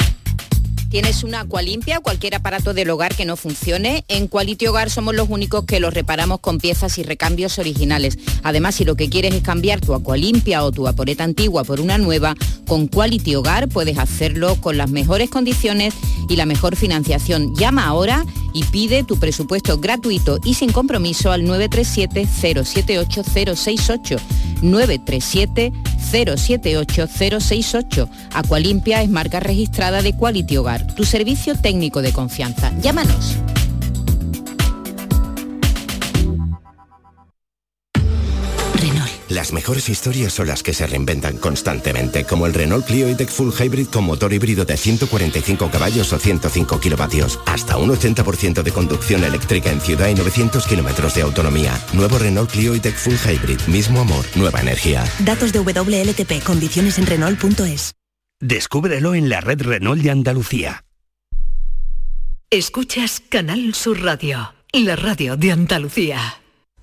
¿Tienes una agua limpia o cualquier aparato del hogar que no funcione? En Quality Hogar somos los únicos que los reparamos con piezas y recambios originales. Además, si lo que quieres es cambiar tu agua limpia o tu vaporeta antigua por una nueva, con Quality Hogar puedes hacerlo con las mejores condiciones y la mejor financiación. Llama ahora y pide tu presupuesto gratuito y sin compromiso al 937-078-068. 937-078-068. Aqualimpia es marca registrada de Quality Hogar, tu servicio técnico de confianza. Llámanos.
Las mejores historias son las que se reinventan constantemente, como el Renault Clio E-Tech Full Hybrid con motor híbrido de 145 caballos o 105 kilovatios. Hasta un 80% de conducción eléctrica en ciudad y 900 kilómetros de autonomía. Nuevo Renault Clio E-Tech Full Hybrid. Mismo amor, nueva energía.
Datos de WLTP, condiciones en Renault.es.
Descúbrelo en la red Renault de Andalucía.
Escuchas Canal Sur Radio, la radio de Andalucía.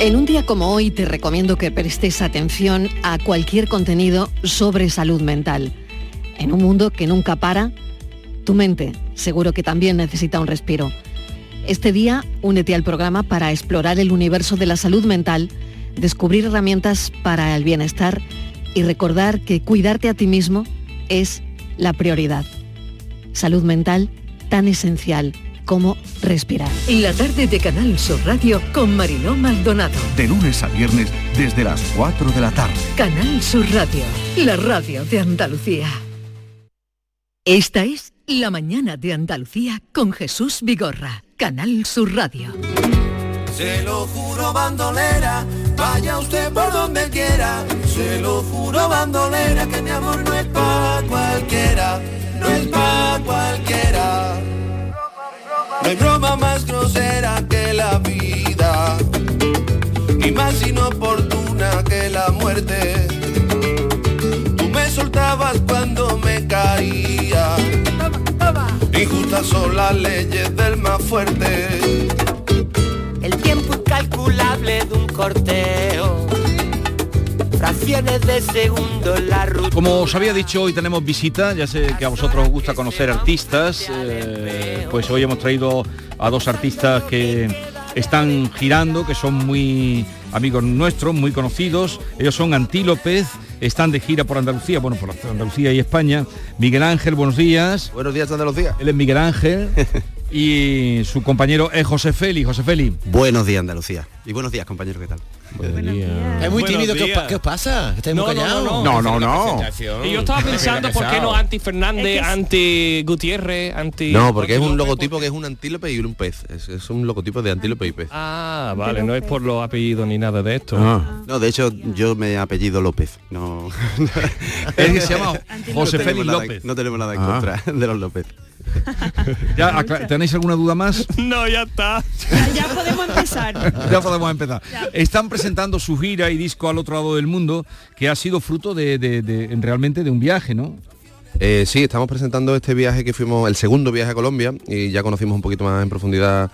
En un día como hoy te recomiendo que prestes atención a cualquier contenido sobre salud mental. En un mundo que nunca para, tu mente seguro que también necesita un respiro. Este día únete al programa para explorar el universo de la salud mental, descubrir herramientas para el bienestar y recordar que cuidarte a ti mismo es la prioridad. Salud mental tan esencial como respirar.
La tarde de Canal Sur Radio con Mariló Maldonado.
De lunes a viernes desde las 4 de la tarde.
Canal Sur Radio, la radio de Andalucía. Esta es La mañana de Andalucía con Jesús Vigorra, Canal Sur Radio.
Se lo juro bandolera, vaya usted por donde quiera. Se lo juro bandolera que mi amor no es pa cualquiera, no es pa cualquiera. No hay broma más grosera que la vida, ni más inoportuna que la muerte. Tú me soltabas cuando me caía. Injustas son las leyes del más fuerte.
El tiempo incalculable de un corteo. Fracciones de segundo en la ruta.
Como os había dicho, hoy tenemos visita, ya sé que a vosotros os gusta conocer artistas, eh, pues hoy hemos traído a dos artistas que están girando, que son muy amigos nuestros, muy conocidos, ellos son Antílopez, están de gira por Andalucía, bueno, por Andalucía y España. Miguel Ángel, buenos días.
Buenos días Andalucía.
Él es Miguel Ángel y su compañero es José Feli. José Feli.
Buenos días Andalucía. Y buenos días compañero, ¿qué tal?
Es
Pues,
muy tímido, ¿qué os, pa-
días.
qué os pasa? ¿Estáis muy
No, no,
callados?
no, no. No, no, no.
Y yo estaba pensando por qué no anti Fernández, anti Gutiérrez, anti.
No, porque es un logotipo que es un antílope y un pez. Es, es un logotipo de antílope y pez.
Ah, vale, no es por los apellidos ni nada de esto.
No, de hecho yo me apellido López. No.
Es que se llama José
No tenemos
Félix
nada-
López.
No tenemos nada en
Ah.
contra de los López.
Ya, acla- ¿Tenéis alguna duda más?
No, ya está.
Ya podemos empezar.
ya podemos empezar. Están presentando su gira y disco al otro lado del mundo, que ha sido fruto de, de- de- realmente de un viaje, ¿no?
Eh, sí, estamos presentando este viaje que fuimos, el segundo viaje a Colombia, y ya conocimos un poquito más en profundidad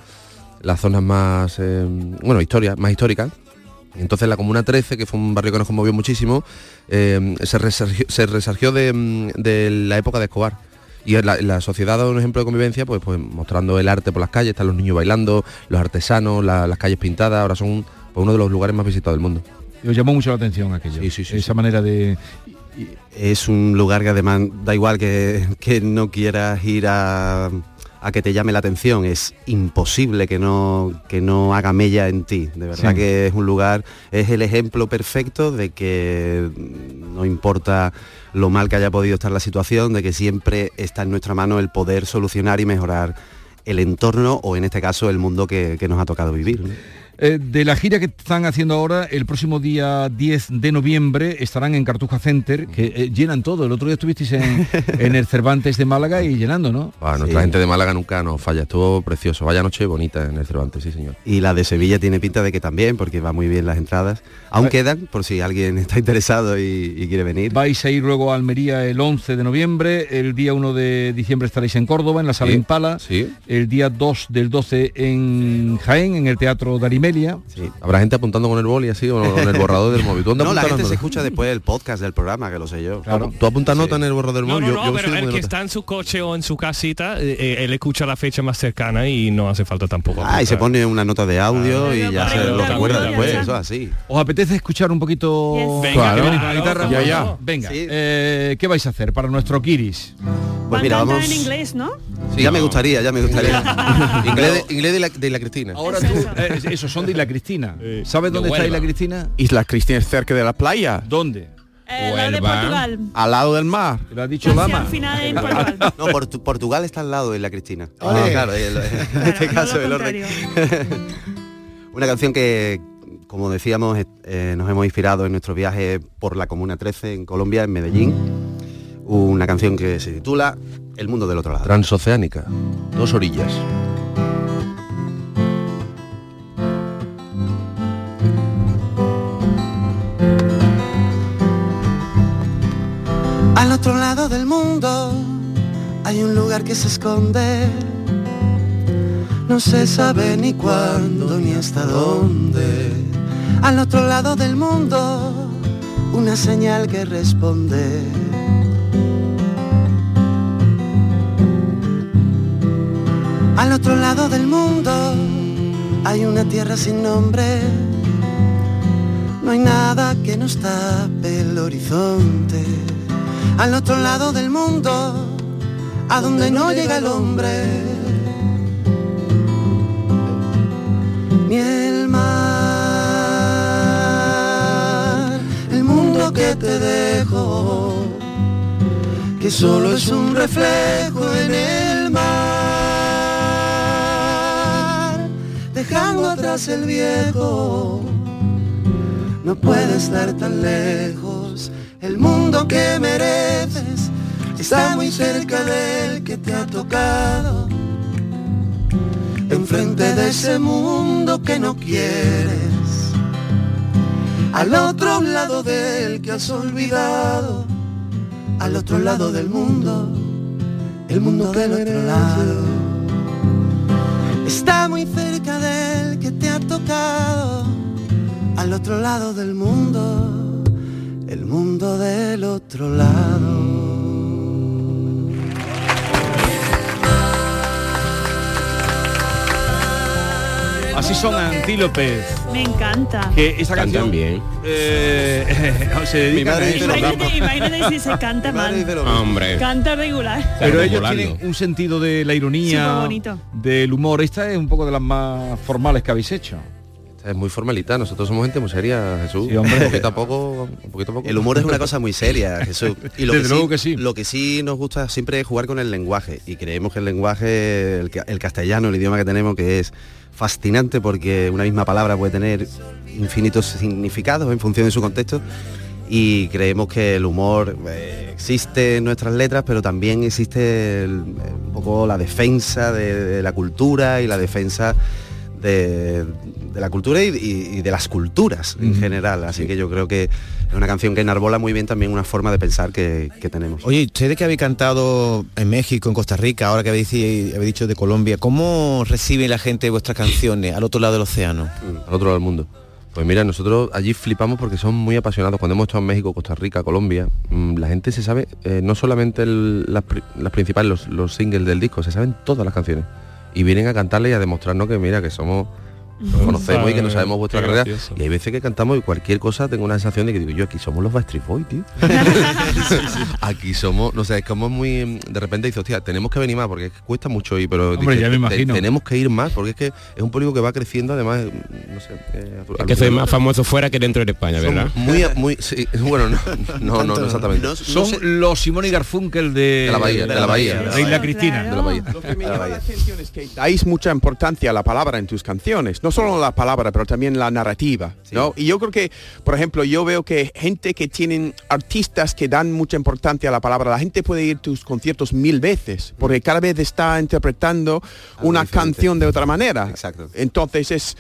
las zonas más, eh, bueno, historias, más históricas. Entonces la Comuna 13, que fue un barrio que nos conmovió muchísimo, eh, se, resargió, se resargió de, mm, de la época de Escobar. Y en la, en la sociedad da un ejemplo de convivencia, pues, pues mostrando el arte por las calles, están los niños bailando, los artesanos, la- las calles pintadas, ahora son pues, uno de los lugares más visitados del mundo.
Os llamó mucho la atención aquello. Esa manera de...
Es un lugar que además da igual que, que no quieras ir a, a que te llame la atención. Es imposible que no, que no haga mella en ti. De verdad
Sí.
que es un lugar, es el ejemplo perfecto de que no importa lo mal que haya podido estar la situación, de que siempre está en nuestra mano el poder solucionar y mejorar el entorno o en este caso el mundo que, que nos ha tocado vivir. ¿no?
Eh, de la gira que están haciendo ahora, el próximo día 10 de noviembre estarán en Cartuja Center, que eh, llenan todo. El otro día estuvisteis en, en el Cervantes de Málaga y llenando, ¿no?
Ah, nuestra gente de Málaga nunca nos falla, estuvo precioso, vaya noche bonita en el Cervantes, sí señor.
Y la de Sevilla tiene pinta de que también, porque va muy bien las entradas. Aún quedan, por si alguien está interesado y, y quiere venir.
Vais a ir luego a Almería el 11 de noviembre, el día 1 de diciembre estaréis en Córdoba, en la Sala
Sí,
Impala, el día 2 del 12 en Jaén, en el Teatro Darimelia.
¿Habrá gente apuntando con el boli así o con el borrador del móvil? ¿Tú andas
No, la gente
apuntando?
se escucha después del podcast del programa, que lo sé yo.
¿Tú apuntas nota en el borrador del
No,
móvil?
no,
Yo-
no,
yo soy
pero
muy
el
de
que
nota.
está en su coche o en su casita, eh, eh, él escucha la fecha más cercana y no hace falta tampoco.
Ah, y se pone una nota de audio y ya se lo
pregunta,
recuerda
pregunta,
después,
ya.
eso es así.
¿Os apetece escuchar un poquito? que
Yes. Venga, claro.
viene con la guitarra.
Ya, ya.
Venga, eh, ¿qué vais a hacer para nuestro Kiris?
Pues mira,
Cantar
vamos.
en inglés, ¿no?
ya me gustaría, ya me gustaría.
inglés de, inglés de la, de la Cristina.
Ahora tú, eh, esos son de Isla Cristina. ¿Sabes
De
dónde está
Huelva.
Isla Cristina?
Islas Cristinas cerca de la playa.
¿Dónde?
Eh, de Portugal.
Al lado del mar.
Lo ha dicho
Casi al final en Portugal.
No, Portu- Portugal está al lado de la Cristina.
Ole.
Ah, claro, el- en este caso el orden. Una canción que, como decíamos, es- eh, nos hemos inspirado en nuestro viaje por la Comuna 13 en Colombia, en Medellín. Una canción que se titula El mundo del otro lado.
Transoceánica, dos orillas.
Al otro lado del mundo hay un lugar que se esconde. No se sabe ni cuándo ni hasta dónde. Al otro lado del mundo una señal que responde. Al otro lado del mundo hay una tierra sin nombre. No hay nada que nos tape el horizonte. Al otro lado del mundo, a donde no llega el hombre. Ni el mar, el mundo que te dejo, que solo es un reflejo en el mar, dejando atrás el viejo no puede estar tan lejos. El mundo que mereces está muy cerca del que te ha tocado. Enfrente de ese mundo que no quieres, al otro lado del que has olvidado, al otro lado del mundo, el mundo del otro lado. Está muy cerca del que te ha tocado al otro lado del mundo, el mundo del otro lado.
Así son Antílopes,
Me encanta.
que esa canción eh, se
Mi
dedica
madre dice lo Imagínate, imagínate si se canta mal.
Hombre.
Canta regular.
Pero ellos tienen un sentido de la
Súper
ironía,
bonito.
del humor. Esta es un poco de las más formales que habéis hecho.
Es muy formalita, nosotros somos gente muy seria, Jesús. Poquito a poco, poquito a poco.
El humor es una cosa muy seria, Jesús. Y lo
Desde
que
luego
sí, Lo que sí nos gusta siempre es jugar con el lenguaje. Y creemos que el lenguaje, el, ca- el castellano, el idioma que tenemos, que es fascinante porque una misma palabra puede tener infinitos significados en función de su contexto. Y creemos que el humor eh, existe en nuestras letras, pero también existe el- un poco la defensa de- de la cultura y la defensa de, de la cultura y, y- y de las culturas en general. Así que yo creo que es una canción que enarbola muy bien también una forma de pensar que, que tenemos.
Oye, ¿y ustedes que habéis cantado en México, en Costa Rica, ahora que habéis, habéis dicho
eh,
de Colombia, ¿cómo recibe la gente vuestras canciones al otro lado del océano?
Al Mm, otro lado del mundo. Pues mira, nosotros allí flipamos porque son muy apasionados. Cuando hemos estado en México, Costa Rica, Colombia, mm, la gente se sabe eh, no solamente el- las, pri- las principales, los, los singles del disco, se saben todas las canciones. Y vienen a cantarle y a demostrarnos que mira, que somos nos conocemos y que no sabemos vuestra
Qué
carrera.
gracioso.
Y hay veces que cantamos y cualquier cosa tengo una sensación de que digo, yo aquí somos los Backstreet Boys, tío. aquí somos, no sé, es como muy. De repente dices, hostia, tenemos que venir más porque es que cuesta mucho ir, pero
Hombre,
dices,
ya me
"Te-
imagino".
tenemos que ir más porque es que es un público que va creciendo, además, no sé. eh,
Es que soy más famoso fuera que dentro de España,
son
¿verdad?
Muy, muy, sí, bueno, no, no, no, no exactamente.
Son los Simón y Garfunkel de,
de la Bahía, de la Bahía.
de la Isla Cristina.
De la Bahía.
Dais mucha importancia a la palabra en tus canciones, no solo la palabra, pero también la narrativa, ¿no? Y yo creo que, por ejemplo, yo veo que gente que tienen artistas que dan mucha importancia a la palabra, la gente puede ir a tus conciertos mil veces, porque cada vez está interpretando una canción de otra manera. Exacto. Entonces es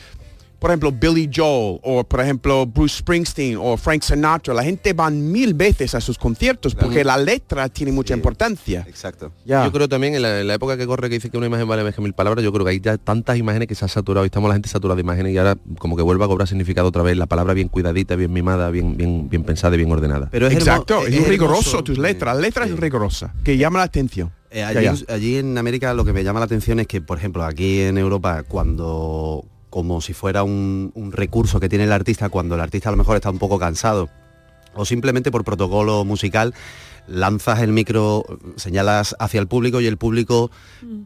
por ejemplo, Billy Joel o por ejemplo Bruce Springsteen o Frank Sinatra, la gente van mil veces a sus conciertos porque la letra tiene mucha importancia.
Exacto. Yo creo también en la, en la época que corre que dice que una imagen vale más que mil palabras, yo creo que hay ya tantas imágenes que se han saturado y estamos la gente saturada de imágenes y ahora como que vuelve a cobrar significado otra vez, la palabra bien cuidadita, bien mimada, bien, bien, bien pensada y bien ordenada.
Pero Exacto, es, rigoroso tus
letras.
letras, la letra es rigorosa, que llama la atención.
Eh,
Ya,
hay
ya.
un-
allí, allí en América lo que me llama la atención es que, por ejemplo, aquí en Europa, cuando como si fuera un, un recurso que tiene el artista, cuando el artista a lo mejor está un poco cansado, o simplemente por protocolo musical, lanzas el micro, señalas hacia el público y el público
Mm.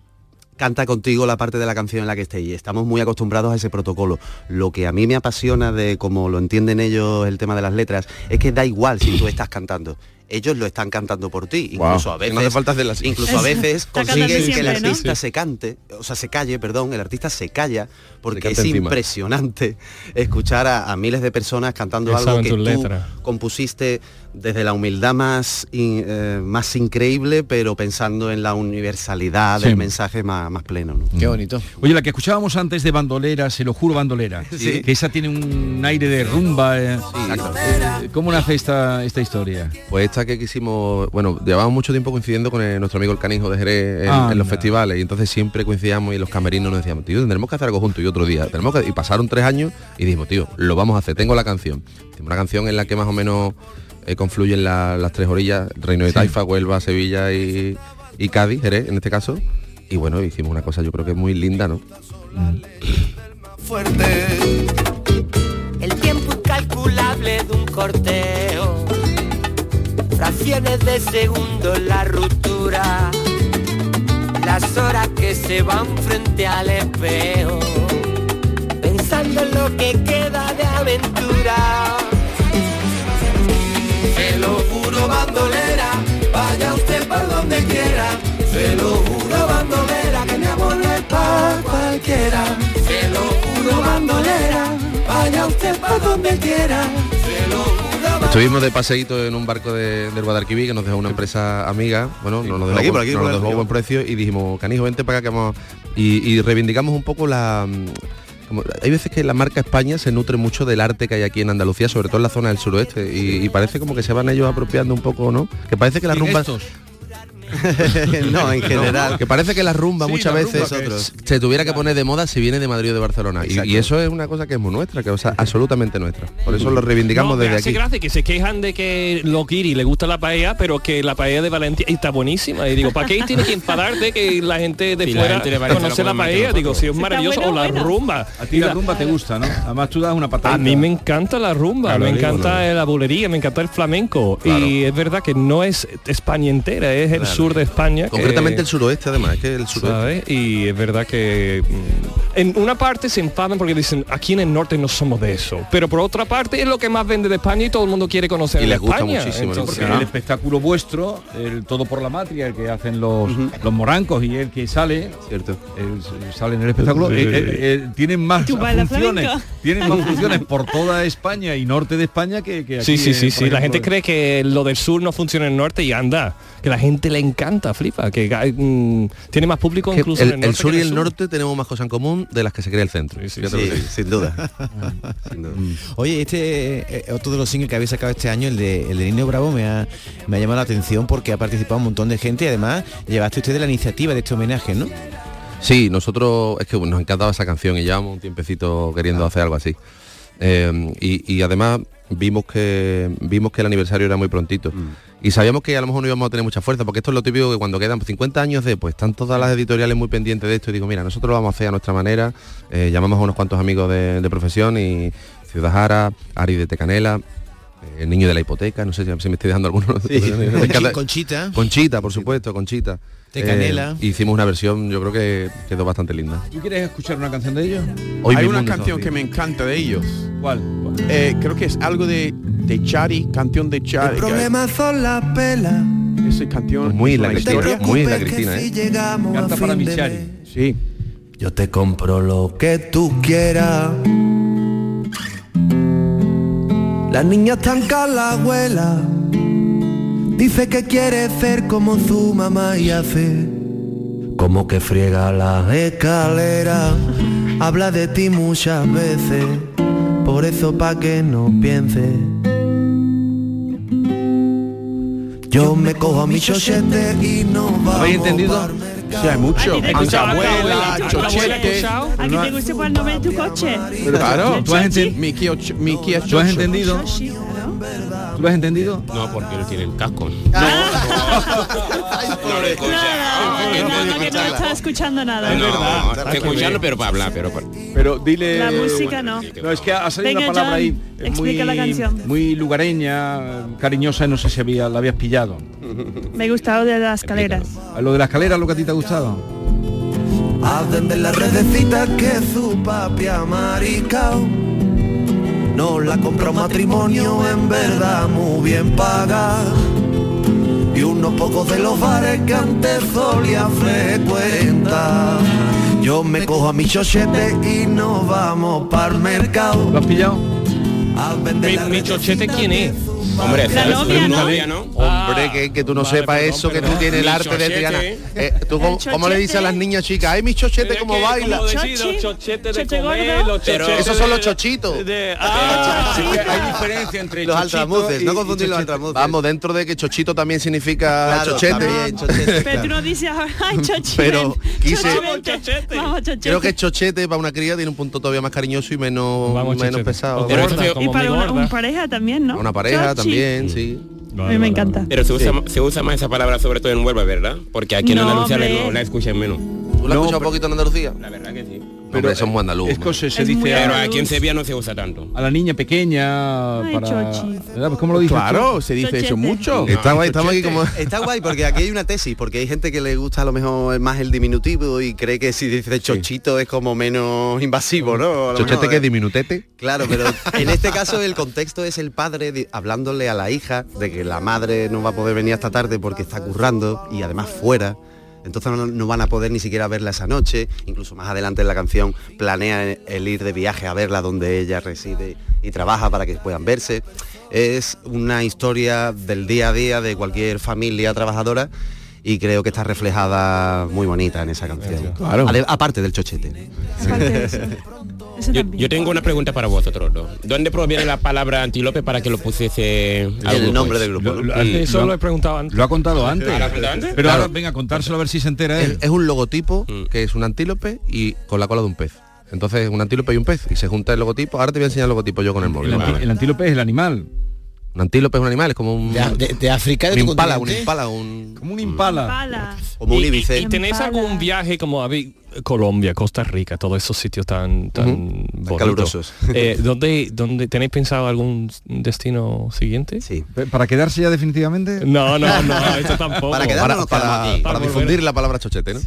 canta contigo la parte de la canción en la que esté y estamos muy acostumbrados a ese protocolo. Lo que a mí me apasiona de cómo lo entienden ellos el tema de las letras es que da igual si tú estás cantando. Ellos lo están cantando por ti,
Wow.
incluso a
Que
veces
no hace falta hacerlas.
incluso a veces
Está cantando
consiguen que el
siempre, ¿no?
artista
Sí, sí.
se cante, o sea, se calle, perdón, el artista se calla porque
canta
es
encima.
impresionante escuchar a, a miles de personas cantando
Que
algo
saben
que
tus
tú
letras.
compusiste desde la humildad más, in- eh, más increíble, pero pensando en la universalidad
Sí.
del mensaje más, más pleno. ¿no?
Qué bonito. Oye, la que escuchábamos antes de bandolera, se lo juro bandolera,
Sí.
que esa tiene un aire de rumba. eh. Eh, ¿Cómo nace esta, esta historia?
Pues esta que quisimos, bueno, llevamos mucho tiempo coincidiendo con el- nuestro amigo el canijo de Jerez en,
Anda.
en los festivales y entonces siempre coincidíamos y los camerinos nos decíamos, tío, tendremos que hacer algo juntos y otro día. Tenemos que, y pasaron tres años y dijimos, tío, lo vamos a hacer, tengo la canción. Hicimos una canción en la que más o menos eh, confluyen la- las tres orillas, Reino de Taifa, Huelva, Sevilla y, y Cádiz, Jerez en este caso. Y bueno, hicimos una cosa yo creo que muy linda, ¿no?
El tiempo incalculable de un corteo. Fracciones de segundo en la ruptura. Las horas que se van frente al espejo. Pensando en lo que queda de aventura.
Se lo juro bandolera, vaya usted por donde quiera. Se lo juro bandolera, que mi amor no es pa' cualquiera. Se lo juro bandolera, vaya usted por donde quiera. Se lo juro
Estuvimos de paseíto en un barco de, del Guadalquivir que nos dejó una empresa amiga, bueno, nos lo
por
dejó,
aquí, por aquí,
nos lo
por
dejó
aquí.
a buen precio y dijimos, canijo, vente para acá que vamos... a-". Y, y reivindicamos un poco la... mm, como- hay veces que la marca España se nutre mucho del arte que hay aquí en Andalucía, sobre todo en la zona del suroeste, y, y parece como que se van ellos apropiando un poco, ¿no? Que parece que la
¿Quién
rumba...
estos? no, en general.
que parece que la rumba
Sí,
muchas
la rumba
veces
que es-
se tuviera que poner de moda si viene de Madrid o de Barcelona. Y, y eso es una cosa que es muy nuestra, que o sea, absolutamente nuestra. Por eso lo reivindicamos
No, me
desde
hace
aquí.
gracia que se quejan de que los guiris le gusta la paella, pero que la paella de Valencia está buenísima. Y digo, ¿para qué tienes que enfadarte que la gente de
Sí, la
fuera
gente de Valencia
conoce
lo
la
comen más que
paella? Digo,
nosotros.
si es
Está
maravilloso
buena,
o la
buena.
rumba.
A ti la rumba te gusta, ¿no? Además tú das una patada.
A mí me encanta la rumba,
Claro,
me
digo,
encanta la bulería, me encanta el flamenco. Y es verdad que no es España entera, es el
Claro.
sur de España. que-
Concretamente el suroeste, además, es Eh, que el suroeste.
¿sabes? Y es verdad que mm, en una parte se enfadan porque dicen, aquí en el norte no somos de eso. Pero por otra parte es lo que más vende de España y todo el mundo quiere conocer de España. Entonces,
porque el espectáculo vuestro, el todo por la matria, el que hacen los, los morancos y el que sale,
cierto,
sale en el espectáculo,
Sí,
eh,
sí,
eh,
sí.
eh, tienen más
Tu baila
funciones,
flamenco.
tienen más funciones por toda España y norte de España que, que
Sí,
aquí,
sí,
eh,
sí,
por
sí. La
ejemplo,
gente
en-
cree que lo del sur no funciona en el norte y anda. Que la gente le encanta, flipa. Que ga- mm, tiene más público
Que
incluso en
el,
el
el
norte.
sur
que
y
en
el norte tenemos más cosas en común de las que se cree el centro. Fíjate lo que te digo.
sin duda.
Mm. Oye, este eh, otro de los singles que habéis sacado este año, el de, el de Nino Bravo, me ha, me ha llamado la atención porque ha participado un montón de gente y además llevaste ustedes la iniciativa de este homenaje, ¿no?
Sí, nosotros es que nos encantaba esa canción y llevamos un tiempecito queriendo hacer algo así. Eh, y, y además vimos que vimos que el aniversario era muy prontito. Y sabíamos que a lo mejor no íbamos a tener mucha fuerza, porque esto es lo típico que cuando quedan 50 años de, pues están todas las editoriales muy pendientes de esto y digo, mira, nosotros lo vamos a hacer a nuestra manera, eh, llamamos a unos cuantos amigos de, de profesión y Ciudad Jara, Ari de Tecanela, eh, el niño de la hipoteca, no sé si me estoy dejando alguno.
Conchita.
Conchita, por supuesto, Conchita.
Tecanela.
Eh, hicimos una versión, yo creo que quedó bastante linda.
¿Tú quieres escuchar una canción de ellos?
Hoy
Hay
mismo
una
nos
canción
hacía.
que me encanta de ellos.
¿Cuál?
Eh, creo que es algo de, de Chari, canción de Chari.
El problema son las pelas.
Esa canción
Muy
es una
la Cristina,
historia.
muy la
Cristina, ¿eh? llegamos a fin de mes.
Sí.
Yo te compro lo que tú quieras. Las niñas tanca la abuela. Dice que quiere ser como su mamá y hace como que friega las escaleras. Habla de ti muchas veces, por eso pa' que no pienses. Yo me cojo a mi chochete y no vamos
¿Habéis entendido?
pa'l mercado.
Sí, hay mucho.
Aquí te he escuchado,
Ancabuela,
Ancabuela,
chochete.
Ancabuela,
¿A que
No
te
hay-
gusta el nombre de tu coche?
Pero claro,
¿Tú has enten-
Miki och- Miki es
¿Tú has
chocho.
entendido? ¿Tú lo has entendido?
No, porque no tiene el casco.
No, que no está escuchando nada.
No,
verdad.
hay que escucharlo, pero para hablar, pero para...
Pero dile.
La música no.
No, es que ha salido
Venga,
una palabra
John,
ahí eh, muy,
explica la canción.
muy lugareña, cariñosa, no sé si había, la habías pillado.
Me gustaba de las escaleras.
Lo de la escalera, lo que a ti te ha gustado.
Hablen de las redecitas que su papi ha maricao. No la compra un matrimonio en verdad muy bien pagado. Y unos pocos de los bares que antes solía frecuentar. Yo me cojo a mi chochete y nos vamos para el mercado. ¿Lo
has pillado?
Mi, mi chochete, ¿Este ¿quién es?
Hombre,
La
¿sabes?
novia, ¿no?
Novia, Hombre, que, que tú no sepas eso, que tú tienes el
Mi
arte de
chochete.
Triana. Eh, ¿tú
El
cómo, cómo le dices a las niñas chicas? ¡Ay, mi chochete,
Pero es
cómo
que,
baila!
como decir, los Chochi, chochetes de choche comer, gordo. los
Pero
chochetes
Esos son los
de- Ah,
chochitos. Ah,
Hay diferencia entre
los
chochito
altramuces,
y-
no
y
confundir los
chochete.
altramuces. Vamos, dentro de que chochito también significa Claro, chochete. también,
Pero tú no dices ahora, ay,
Pues
chochi.
Pero
ven,
quise-
chochi,
Vamos,
vente. Vamos, chochete.
Creo que chochete para una cría tiene un punto todavía más cariñoso y menos, menos
chochete.
pesado.
O Pero gorda, esto-
Y para una, una pareja también, ¿no?
Una pareja
Chochi.
también, Ah, sí.
A mí me encanta.
Mm. Pero se usa, se usa más esa palabra sobre todo en Huelva, ¿verdad? Porque aquí en
No,
Andalucía la-
hombre.
no, la escuchan menos.
¿Tú la has escuchado poquito en Andalucía?
La verdad que sí.
Pero eh, Hombre, eso es muy andaluz.
Es
man.
cosa, se
Es
dice
Pero
a,
aquí en Sevilla no se usa tanto.
a la niña pequeña
Ay,
para.
chochi.
¿Verdad? Pues, ¿Cómo lo dices? tú?
Está guay, estamos aquí como...
Está guay porque aquí hay una tesis, porque hay gente que le gusta a lo mejor más el diminutivo y cree que si dice chochito es como menos invasivo, ¿no? A lo
Chochete
mejor,
que es diminutete.
Claro, pero en este caso el contexto es el padre di- hablándole a la hija de que la madre no va a poder venir hasta tarde porque está currando y además fuera. Entonces no, no van a poder ni siquiera verla esa noche. Incluso más adelante en la canción planea el ir de viaje a verla donde ella reside y trabaja para que puedan verse. Es una historia del día a día de cualquier familia trabajadora y creo que está reflejada muy bonita en esa canción. Ade- Aparte del chochete.
Yo, yo tengo una pregunta para vosotros dos. ¿Dónde proviene la palabra antílope para que lo pusiese al grupo ese?
Lo, lo-
Mm.
lo- lo ha contado antes.
Ah, ¿lo ha contado antes?
Pero
Claro.
ahora venga, contárselo a ver si se entera
Es,
él.
es un logotipo que es un antílope y con la cola de un pez. Entonces un antílope y un pez y se junta el logotipo. Ahora te voy a enseñar el logotipo yo con el móvil.
El, anti- el antílope es el animal.
Un antílope es un animal, es como un...
De- de- de África, de
un
tu
impala, un
continente.
impala, un...
Como un impala.
Pala.
Como un
Y- y-
íbice.
¿Y, tenéis algún viaje como habéis- Colombia, Costa Rica, todos esos sitios tan, tan bonitos?
calurosos.
Eh, ¿dónde, ¿Dónde tenéis pensado algún destino siguiente?
Sí.
¿Para quedarse ya definitivamente?
No, no, no, eso tampoco.
Para, quedarnos,
Para-
para-
para-
para
para
difundir
volver.
la palabra chochete, ¿no?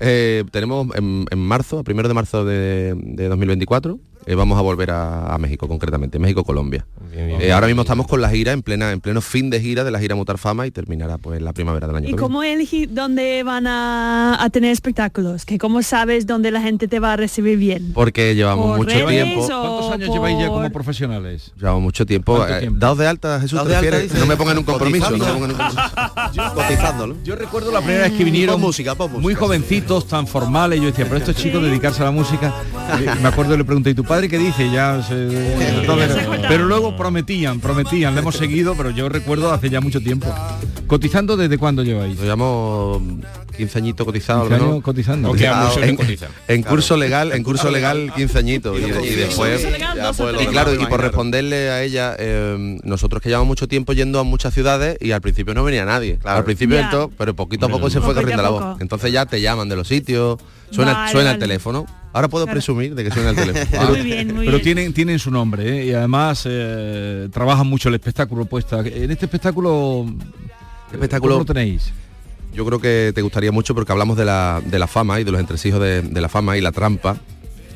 Eh, tenemos en, en marzo, a primero de marzo de, de 2024, eh, vamos a volver a, a México concretamente, México-Colombia. Eh, ahora mismo estamos con la gira en plena en pleno fin de gira de la gira Mutar Fama y terminará pues la primavera del año
¿Y
que viene.
cómo elegir dónde van a, a tener espectáculos? ¿Que ¿Cómo sabes dónde la gente te va a recibir bien?
Porque llevamos
¿Por
mucho
redes
tiempo.
o
¿Cuántos años lleváis ya como
por-
profesionales?
Llevamos mucho tiempo.
¿Cuánto
eh,
tiempo?
daos de alta, Jesús,
Daos
te
de alta,
refieres?
dice.
no me pongan en un compromiso. No
Cotizando.
me pongan en un compromiso. Cotizándolo.
Yo recuerdo la primera vez que vinieron muy jovencitos, tan formales, yo decía, pero estos chicos dedicarse a la música. Eh, Me acuerdo le pregunté, ¿y tu padre?
padre que dice, ya se- entonces, Pero luego prometían, prometían, le hemos seguido, pero yo recuerdo hace ya mucho tiempo. ¿Cotizando desde cuándo lleváis?
Lo llamo 15 añitos cotizados. al
15
menos.
años cotizando. Porque a muchos
en,
no cotizan.
en
Claro.
curso legal, en curso legal 15 añitos. Y, y después.
Curso legal,
ya,
dos o
pues, lo
tres.
y claro, y por
Claro.
responderle a ella, eh, nosotros que llevamos mucho tiempo yendo a muchas ciudades y al principio no venía nadie. Al principio
Ya.
esto, pero poquito a poco se fue
Poquito a
corriendo la voz.
poco.
Entonces ya te llaman de los sitios, suena,
Vale,
suena el
vale.
teléfono. Ahora puedo presumir de que suena el teléfono.
Pero-
Ah.
Pero tienen, tienen su nombre ¿eh? y además eh, trabajan mucho el espectáculo puesta. En este espectáculo,
Este
espectáculo-
¿cómo lo tenéis?
Yo creo que te gustaría mucho porque hablamos de la, de la fama y de los entresijos de, de la fama y la trampa,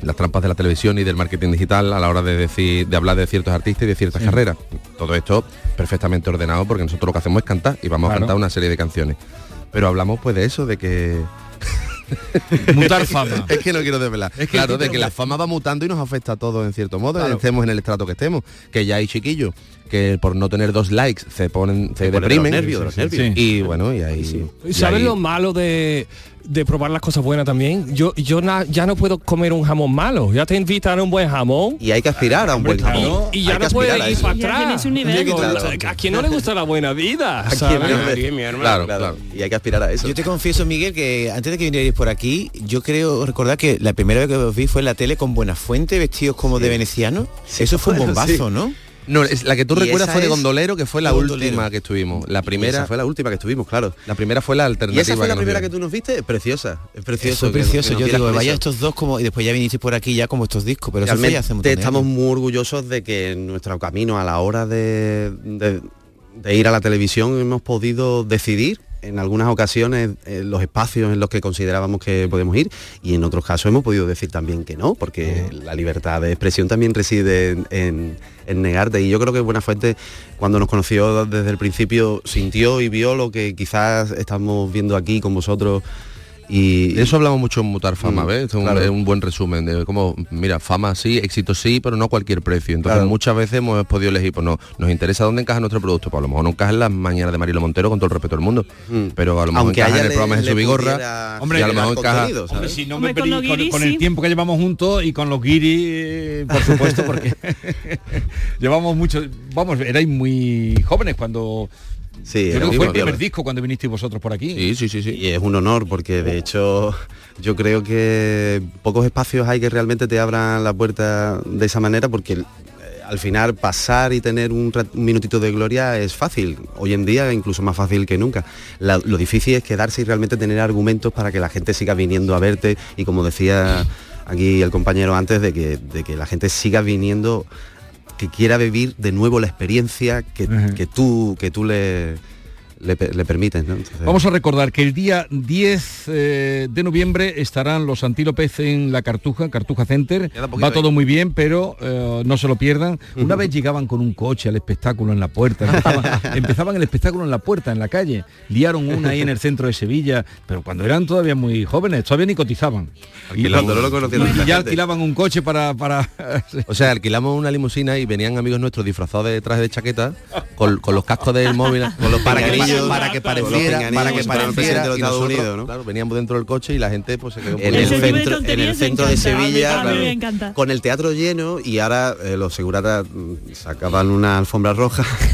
las trampas de la televisión y del marketing digital a la hora de decir, de hablar de ciertos artistas y de ciertas carreras. Todo esto perfectamente ordenado porque nosotros lo que hacemos es cantar y vamos a
Claro.
cantar una serie de canciones. Pero hablamos pues de eso, de que.
Mutar fama.
es que no quiero desvelar.
Es que-
claro, de que la fama va mutando y nos afecta a todos en cierto modo,
Claro.
estemos en el estrato que estemos, que ya hay chiquillos que por no tener dos likes se ponen, se,
Se ponen de
deprimen.
los nervios, de los
Sí, sí,
nervios.
sí. Y bueno, y ahí. y
¿Sabes
ahí-
lo malo de, de probar las cosas buenas también? Yo, yo na- ya no puedo comer un jamón malo. Ya te invitan a un buen jamón.
Y hay que aspirar a un buen
Claro.
jamón.
Y ya
Hay que
no puedes
aspirar a
ir
eso.
para
Ya
atrás.
tienes un nivel.
Digo,
Claro.
¿A quién no le gusta la buena vida? ¿sabes?
Claro, claro.
Y hay que aspirar a eso. Yo te confieso, Miguel, que antes de que vinierais por aquí, yo creo recordar que la primera vez que os vi fue en la tele con Buenafuente, vestidos como de veneciano. Eso fue un
Bueno,
bombazo,
sí.
¿no?
No, es- la que tú
Y
recuerdas
esa
fue de
es
Gondolero, que fue la
Gondolero.
última que estuvimos. La primera
esa
fue la última que estuvimos, claro. La primera fue la alternativa.
Y esa fue la primera
nos
que tú nos viste, preciosa. Es
precioso
Fue
que nos-
precioso.
que nos
yo
vieras
digo,
con
vaya
eso.
estos dos como. Y después ya vinisteis por aquí ya como estos discos, pero eso fue ya hace mucho
Realmente estamos
tiempo.
muy orgullosos de que en nuestro camino a la hora de, de- de ir a la televisión hemos podido decidir en algunas ocasiones eh, los espacios en los que considerábamos que podemos ir y en otros casos hemos podido decir también que no, porque la libertad de expresión también reside en, en- en negarte. Y yo creo que Buenafuente, cuando nos conoció desde el principio, sintió y vio lo que quizás estamos viendo aquí con vosotros. Y
de eso hablamos mucho en Mutar Fama,
Mm,
¿ves? Es un,
claro.
es un buen resumen de cómo, mira, fama sí, éxito sí, pero no a cualquier precio. Entonces
Claro.
muchas veces hemos podido elegir, pues no, nos interesa dónde encaja nuestro producto, pues a lo mejor no encaja en las mañanas de Marilo Montero con todo el respeto del mundo, pero a lo mejor
Mm. Aunque
encaja
a
en
ella
el programa
le-
de su
le
Vigorra y
pudiera
a lo
generar
mejor encaja...
contenido, ¿sabes?
Hombre, si no
Hombre,
me
con
pedís-
los
con,
guiris,
con el
sí.
tiempo que llevamos juntos y con los guiris, eh, por supuesto, porque llevamos mucho. Vamos, erais muy jóvenes cuando. yo
Sí,
creo
éramos
que fue el
muy
primer
jóvenes.
disco cuando vinisteis vosotros por aquí.
Sí, sí, sí.
Y es un honor porque de hecho yo creo que pocos espacios hay que realmente te abran la puerta de esa manera porque eh, al final pasar y tener un, rat- un minutito de gloria es fácil. Hoy en día incluso más fácil que nunca. La- lo difícil es quedarse y realmente tener argumentos para que la gente siga viniendo a verte y como decía aquí el compañero antes de que, de que la gente siga viniendo que quiera vivir de nuevo la experiencia que, que tú que tú le le, pe- le permites ¿no? Entonces-
Vamos a recordar que el día 10 eh, de noviembre estarán los antílopes en la Cartuja, Cartuja Center.
poquito
Va todo muy bien, pero eh, no se lo pierdan. Una vez llegaban con un coche al espectáculo en la puerta, empezaban, empezaban el espectáculo en la puerta, en la calle. Liaron una ahí en el centro de Sevilla, pero cuando eran todavía muy jóvenes, todavía ni cotizaban.
Alquilando, no lo conocían
y
mucha
ya
gente.
alquilaban un coche para... para
O sea, alquilamos una limusina y venían amigos nuestros disfrazados de traje de chaqueta con, con los cascos del móvil, con los
Para que-
pinganillos,
para que pareciera-
con los pinganillos,
para que
con el
pareciera
presidente de los
y
Estados
nosotros,
Unidos, ¿no? Claro, veníamos dentro del coche y la gente pues se quedó un
en el
poco-
centro, en el centro de
encanta,
Sevilla,
a mí- a mí me
claro, con el teatro lleno y ahora eh, los seguratas mm, sacaban una alfombra roja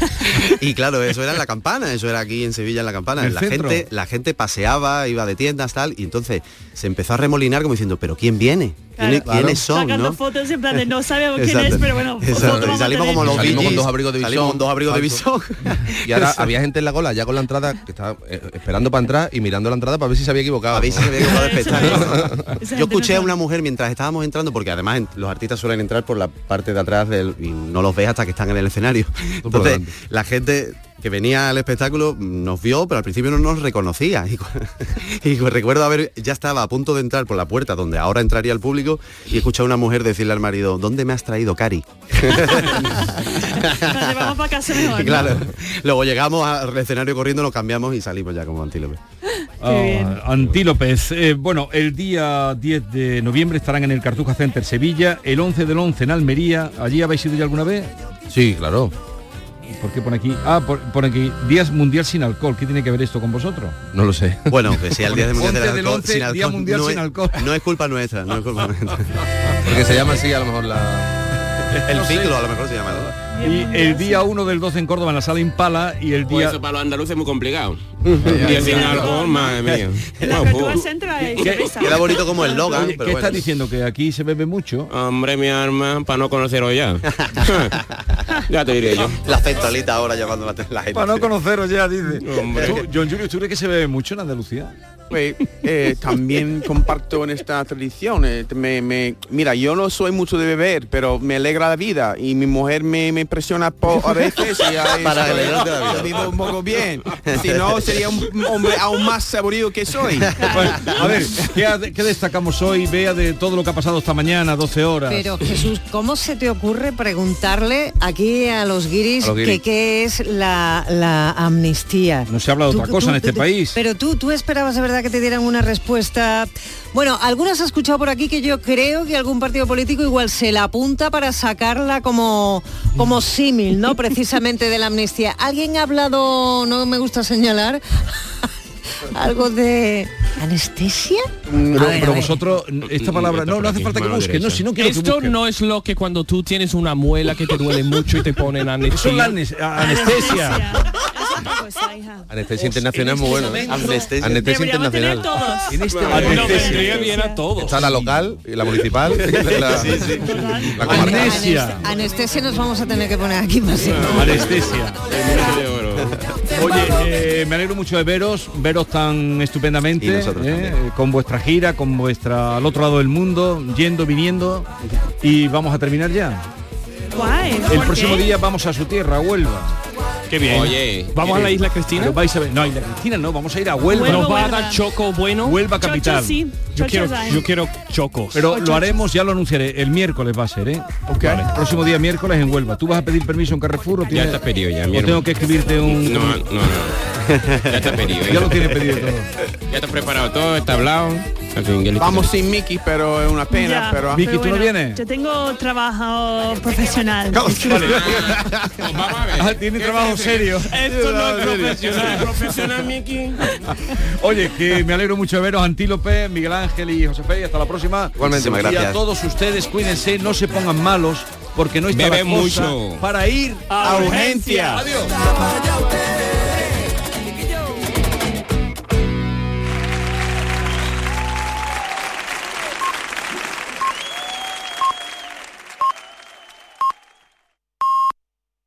y claro eso era en la campana eso era aquí en Sevilla en la campana
¿En el
la
centro?
gente la gente paseaba iba de tiendas tal y entonces se empezó a remolinar como diciendo pero quién viene ¿Quiénes,
Claro.
quiénes son
Sacando
no
fotos en plan de no sabemos quién
Exacto.
es, pero bueno,
Exacto.
fotos vamos
Y
a
salimos
tener.
como los
Salimos con
Billys,
dos abrigos de
salimos
visón.
con dos abrigos de
Exacto.
visón.
Y ahora
Exacto.
había gente en la cola, ya con la entrada, que estaba eh, esperando para entrar y mirando la entrada para ver si se había equivocado. A ver si se había
equivocado el espectáculo.
gente
Yo escuché
no
a una mujer mientras estábamos entrando, porque además en- los artistas suelen entrar por la parte de atrás del, y no los ves hasta que están en el escenario. Entonces,
delante.
la gente que venía al espectáculo nos vio, pero al principio no nos reconocía. Y, cu- y cu- recuerdo haber, ya estaba a punto de entrar por la puerta donde ahora entraría el público y escuché a una mujer decirle al marido, ¿dónde me has traído, Cari?
Vale, vamos para casa mejor. ¿no?
claro. Luego llegamos al escenario corriendo, lo cambiamos y salimos ya como antílope.
Ah,
bien.
Antílopes. Eh, bueno, el día 10 de noviembre estarán en el Cartuja Center Sevilla, el 11 del 11 en Almería. ¿Allí habéis ido ya alguna vez?
Sí, claro.
¿Por qué pone aquí? Ah, por, por aquí, Días Mundial sin Alcohol. ¿Qué tiene que ver esto con vosotros?
No lo sé.
Bueno, que sea el Día del Mundial,
Once
del
del
alcohol,
once,
sin
Día
alcohol.
Mundial
no
sin
es,
alcohol.
No es culpa nuestra, no es culpa nuestra.
Porque se llama así a lo mejor la...
El ciclo a lo mejor se llama.
Y el día 1 del 12 en Córdoba, en la sala Impala, y el
Pues
día...
eso para los andaluces es muy complicado. Día sin alcohol, madre mía. Bueno, pues,
Oye, ¿Qué estás diciendo? ¿Que aquí se bebe mucho?
Hombre, mi arma, para no conoceros ya. ya te diré yo.
La centolita ahora llamando la, la gente.
Para no conoceros ya, dice.
Hombre.
Tú, John Julius, ¿tú crees que se bebe mucho en Andalucía?
Pues, eh, también comparto en esta tradición. eh, me- me- mira, yo no soy mucho de beber, pero me alegra la vida y mi mujer me, me presiona por a veces y a-
Para alegrarte la vida.
yo vivo un poco bien. Si no, sería un hombre aún más saborío que soy.
A ver, ¿qué, ha- qué destacamos hoy, Vea, de todo lo que ha pasado esta mañana, 12 horas? Mm,
Pero Jesús, ¿cómo se te ocurre preguntarle aquí a los guiris,
A los guiris.
que qué es la, la amnistía?
No se habla de
Tú-
otra cosa
tú-
en este
tú-
país.
Pero tú, tú esperabas de verdad que te dieran una respuesta. Bueno, algunas he escuchado por aquí que yo creo que algún partido político igual se la apunta para sacarla como, como símil, ¿no? Precisamente de la amnistía. ¿Alguien ha hablado, no me gusta señalar, algo de anestesia?
Pero,
A ver,
pero
a ver.
vosotros,
Mm,
esta palabra, no, no hace falta que busque, no, si no quiero que
Esto
busque.
no es lo que cuando tú tienes una muela que te duele mucho y te ponen
Eso es la anes-
anestesia.
a- anestesia.
Anestesia internacional es muy buena. ¿eh?
Anestesia.
Anestesia
Deberíamos tener
internacional.
todos. En este
Bueno,
momento vendría bien a todos.
Está la local, y la municipal, y la, la comarcal.
Anestesia.
Anestesia nos vamos a tener que poner aquí más.
Anestesia. Oye, eh, me alegro mucho de veros, veros tan
Y
estupendamente,
nosotros
eh,
también.
con vuestra gira, con vuestra al otro lado del mundo, yendo, viniendo, y vamos a terminar ya.
Guay.
El
¿por
próximo
qué?
día vamos a su tierra, a Huelva.
Qué bien. Oye, ¿Vamos a la Isla Cristina?
Pero vais a ver- no, Isla Cristina no, vamos a ir a Huelva.
Huelva, Nos va a dar Huelva. choco bueno.
Huelva
Chocho,
capital.
sí. Yo Chocho quiero- hay. yo quiero chocos.
Pero
Chochos.
lo haremos, ya lo anunciaré. El miércoles va a ser, ¿eh? Vale, Próximo día miércoles en Huelva. ¿Tú vas a pedir permiso en Carrefour o
ya
tienes-
está pedido ya,
o tengo
mi hermano.
que escribirte un
No, no, no. Ya está pedido.
Ya lo tiene pedido todo.
Ya está preparado todo, está hablado. En fin, que listo.
Vamos sin Mickey, pero es una pena.
Ya,
pero
pero bueno, Yo tengo trabajo profesional.
Ah, tiene trabajo serio.
Esto no es
profesional. Profesional, Mickey.
Oye, que me alegro mucho de veros, Antílope, Miguel Ángel y José Fe, y hasta la próxima.
Igualmente,
y
gracias.
a todos ustedes, cuídense, no se pongan malos, porque no está
Bebe
la cosa
mucho.
para ir
A urgencia.
Adiós.
Vaya usted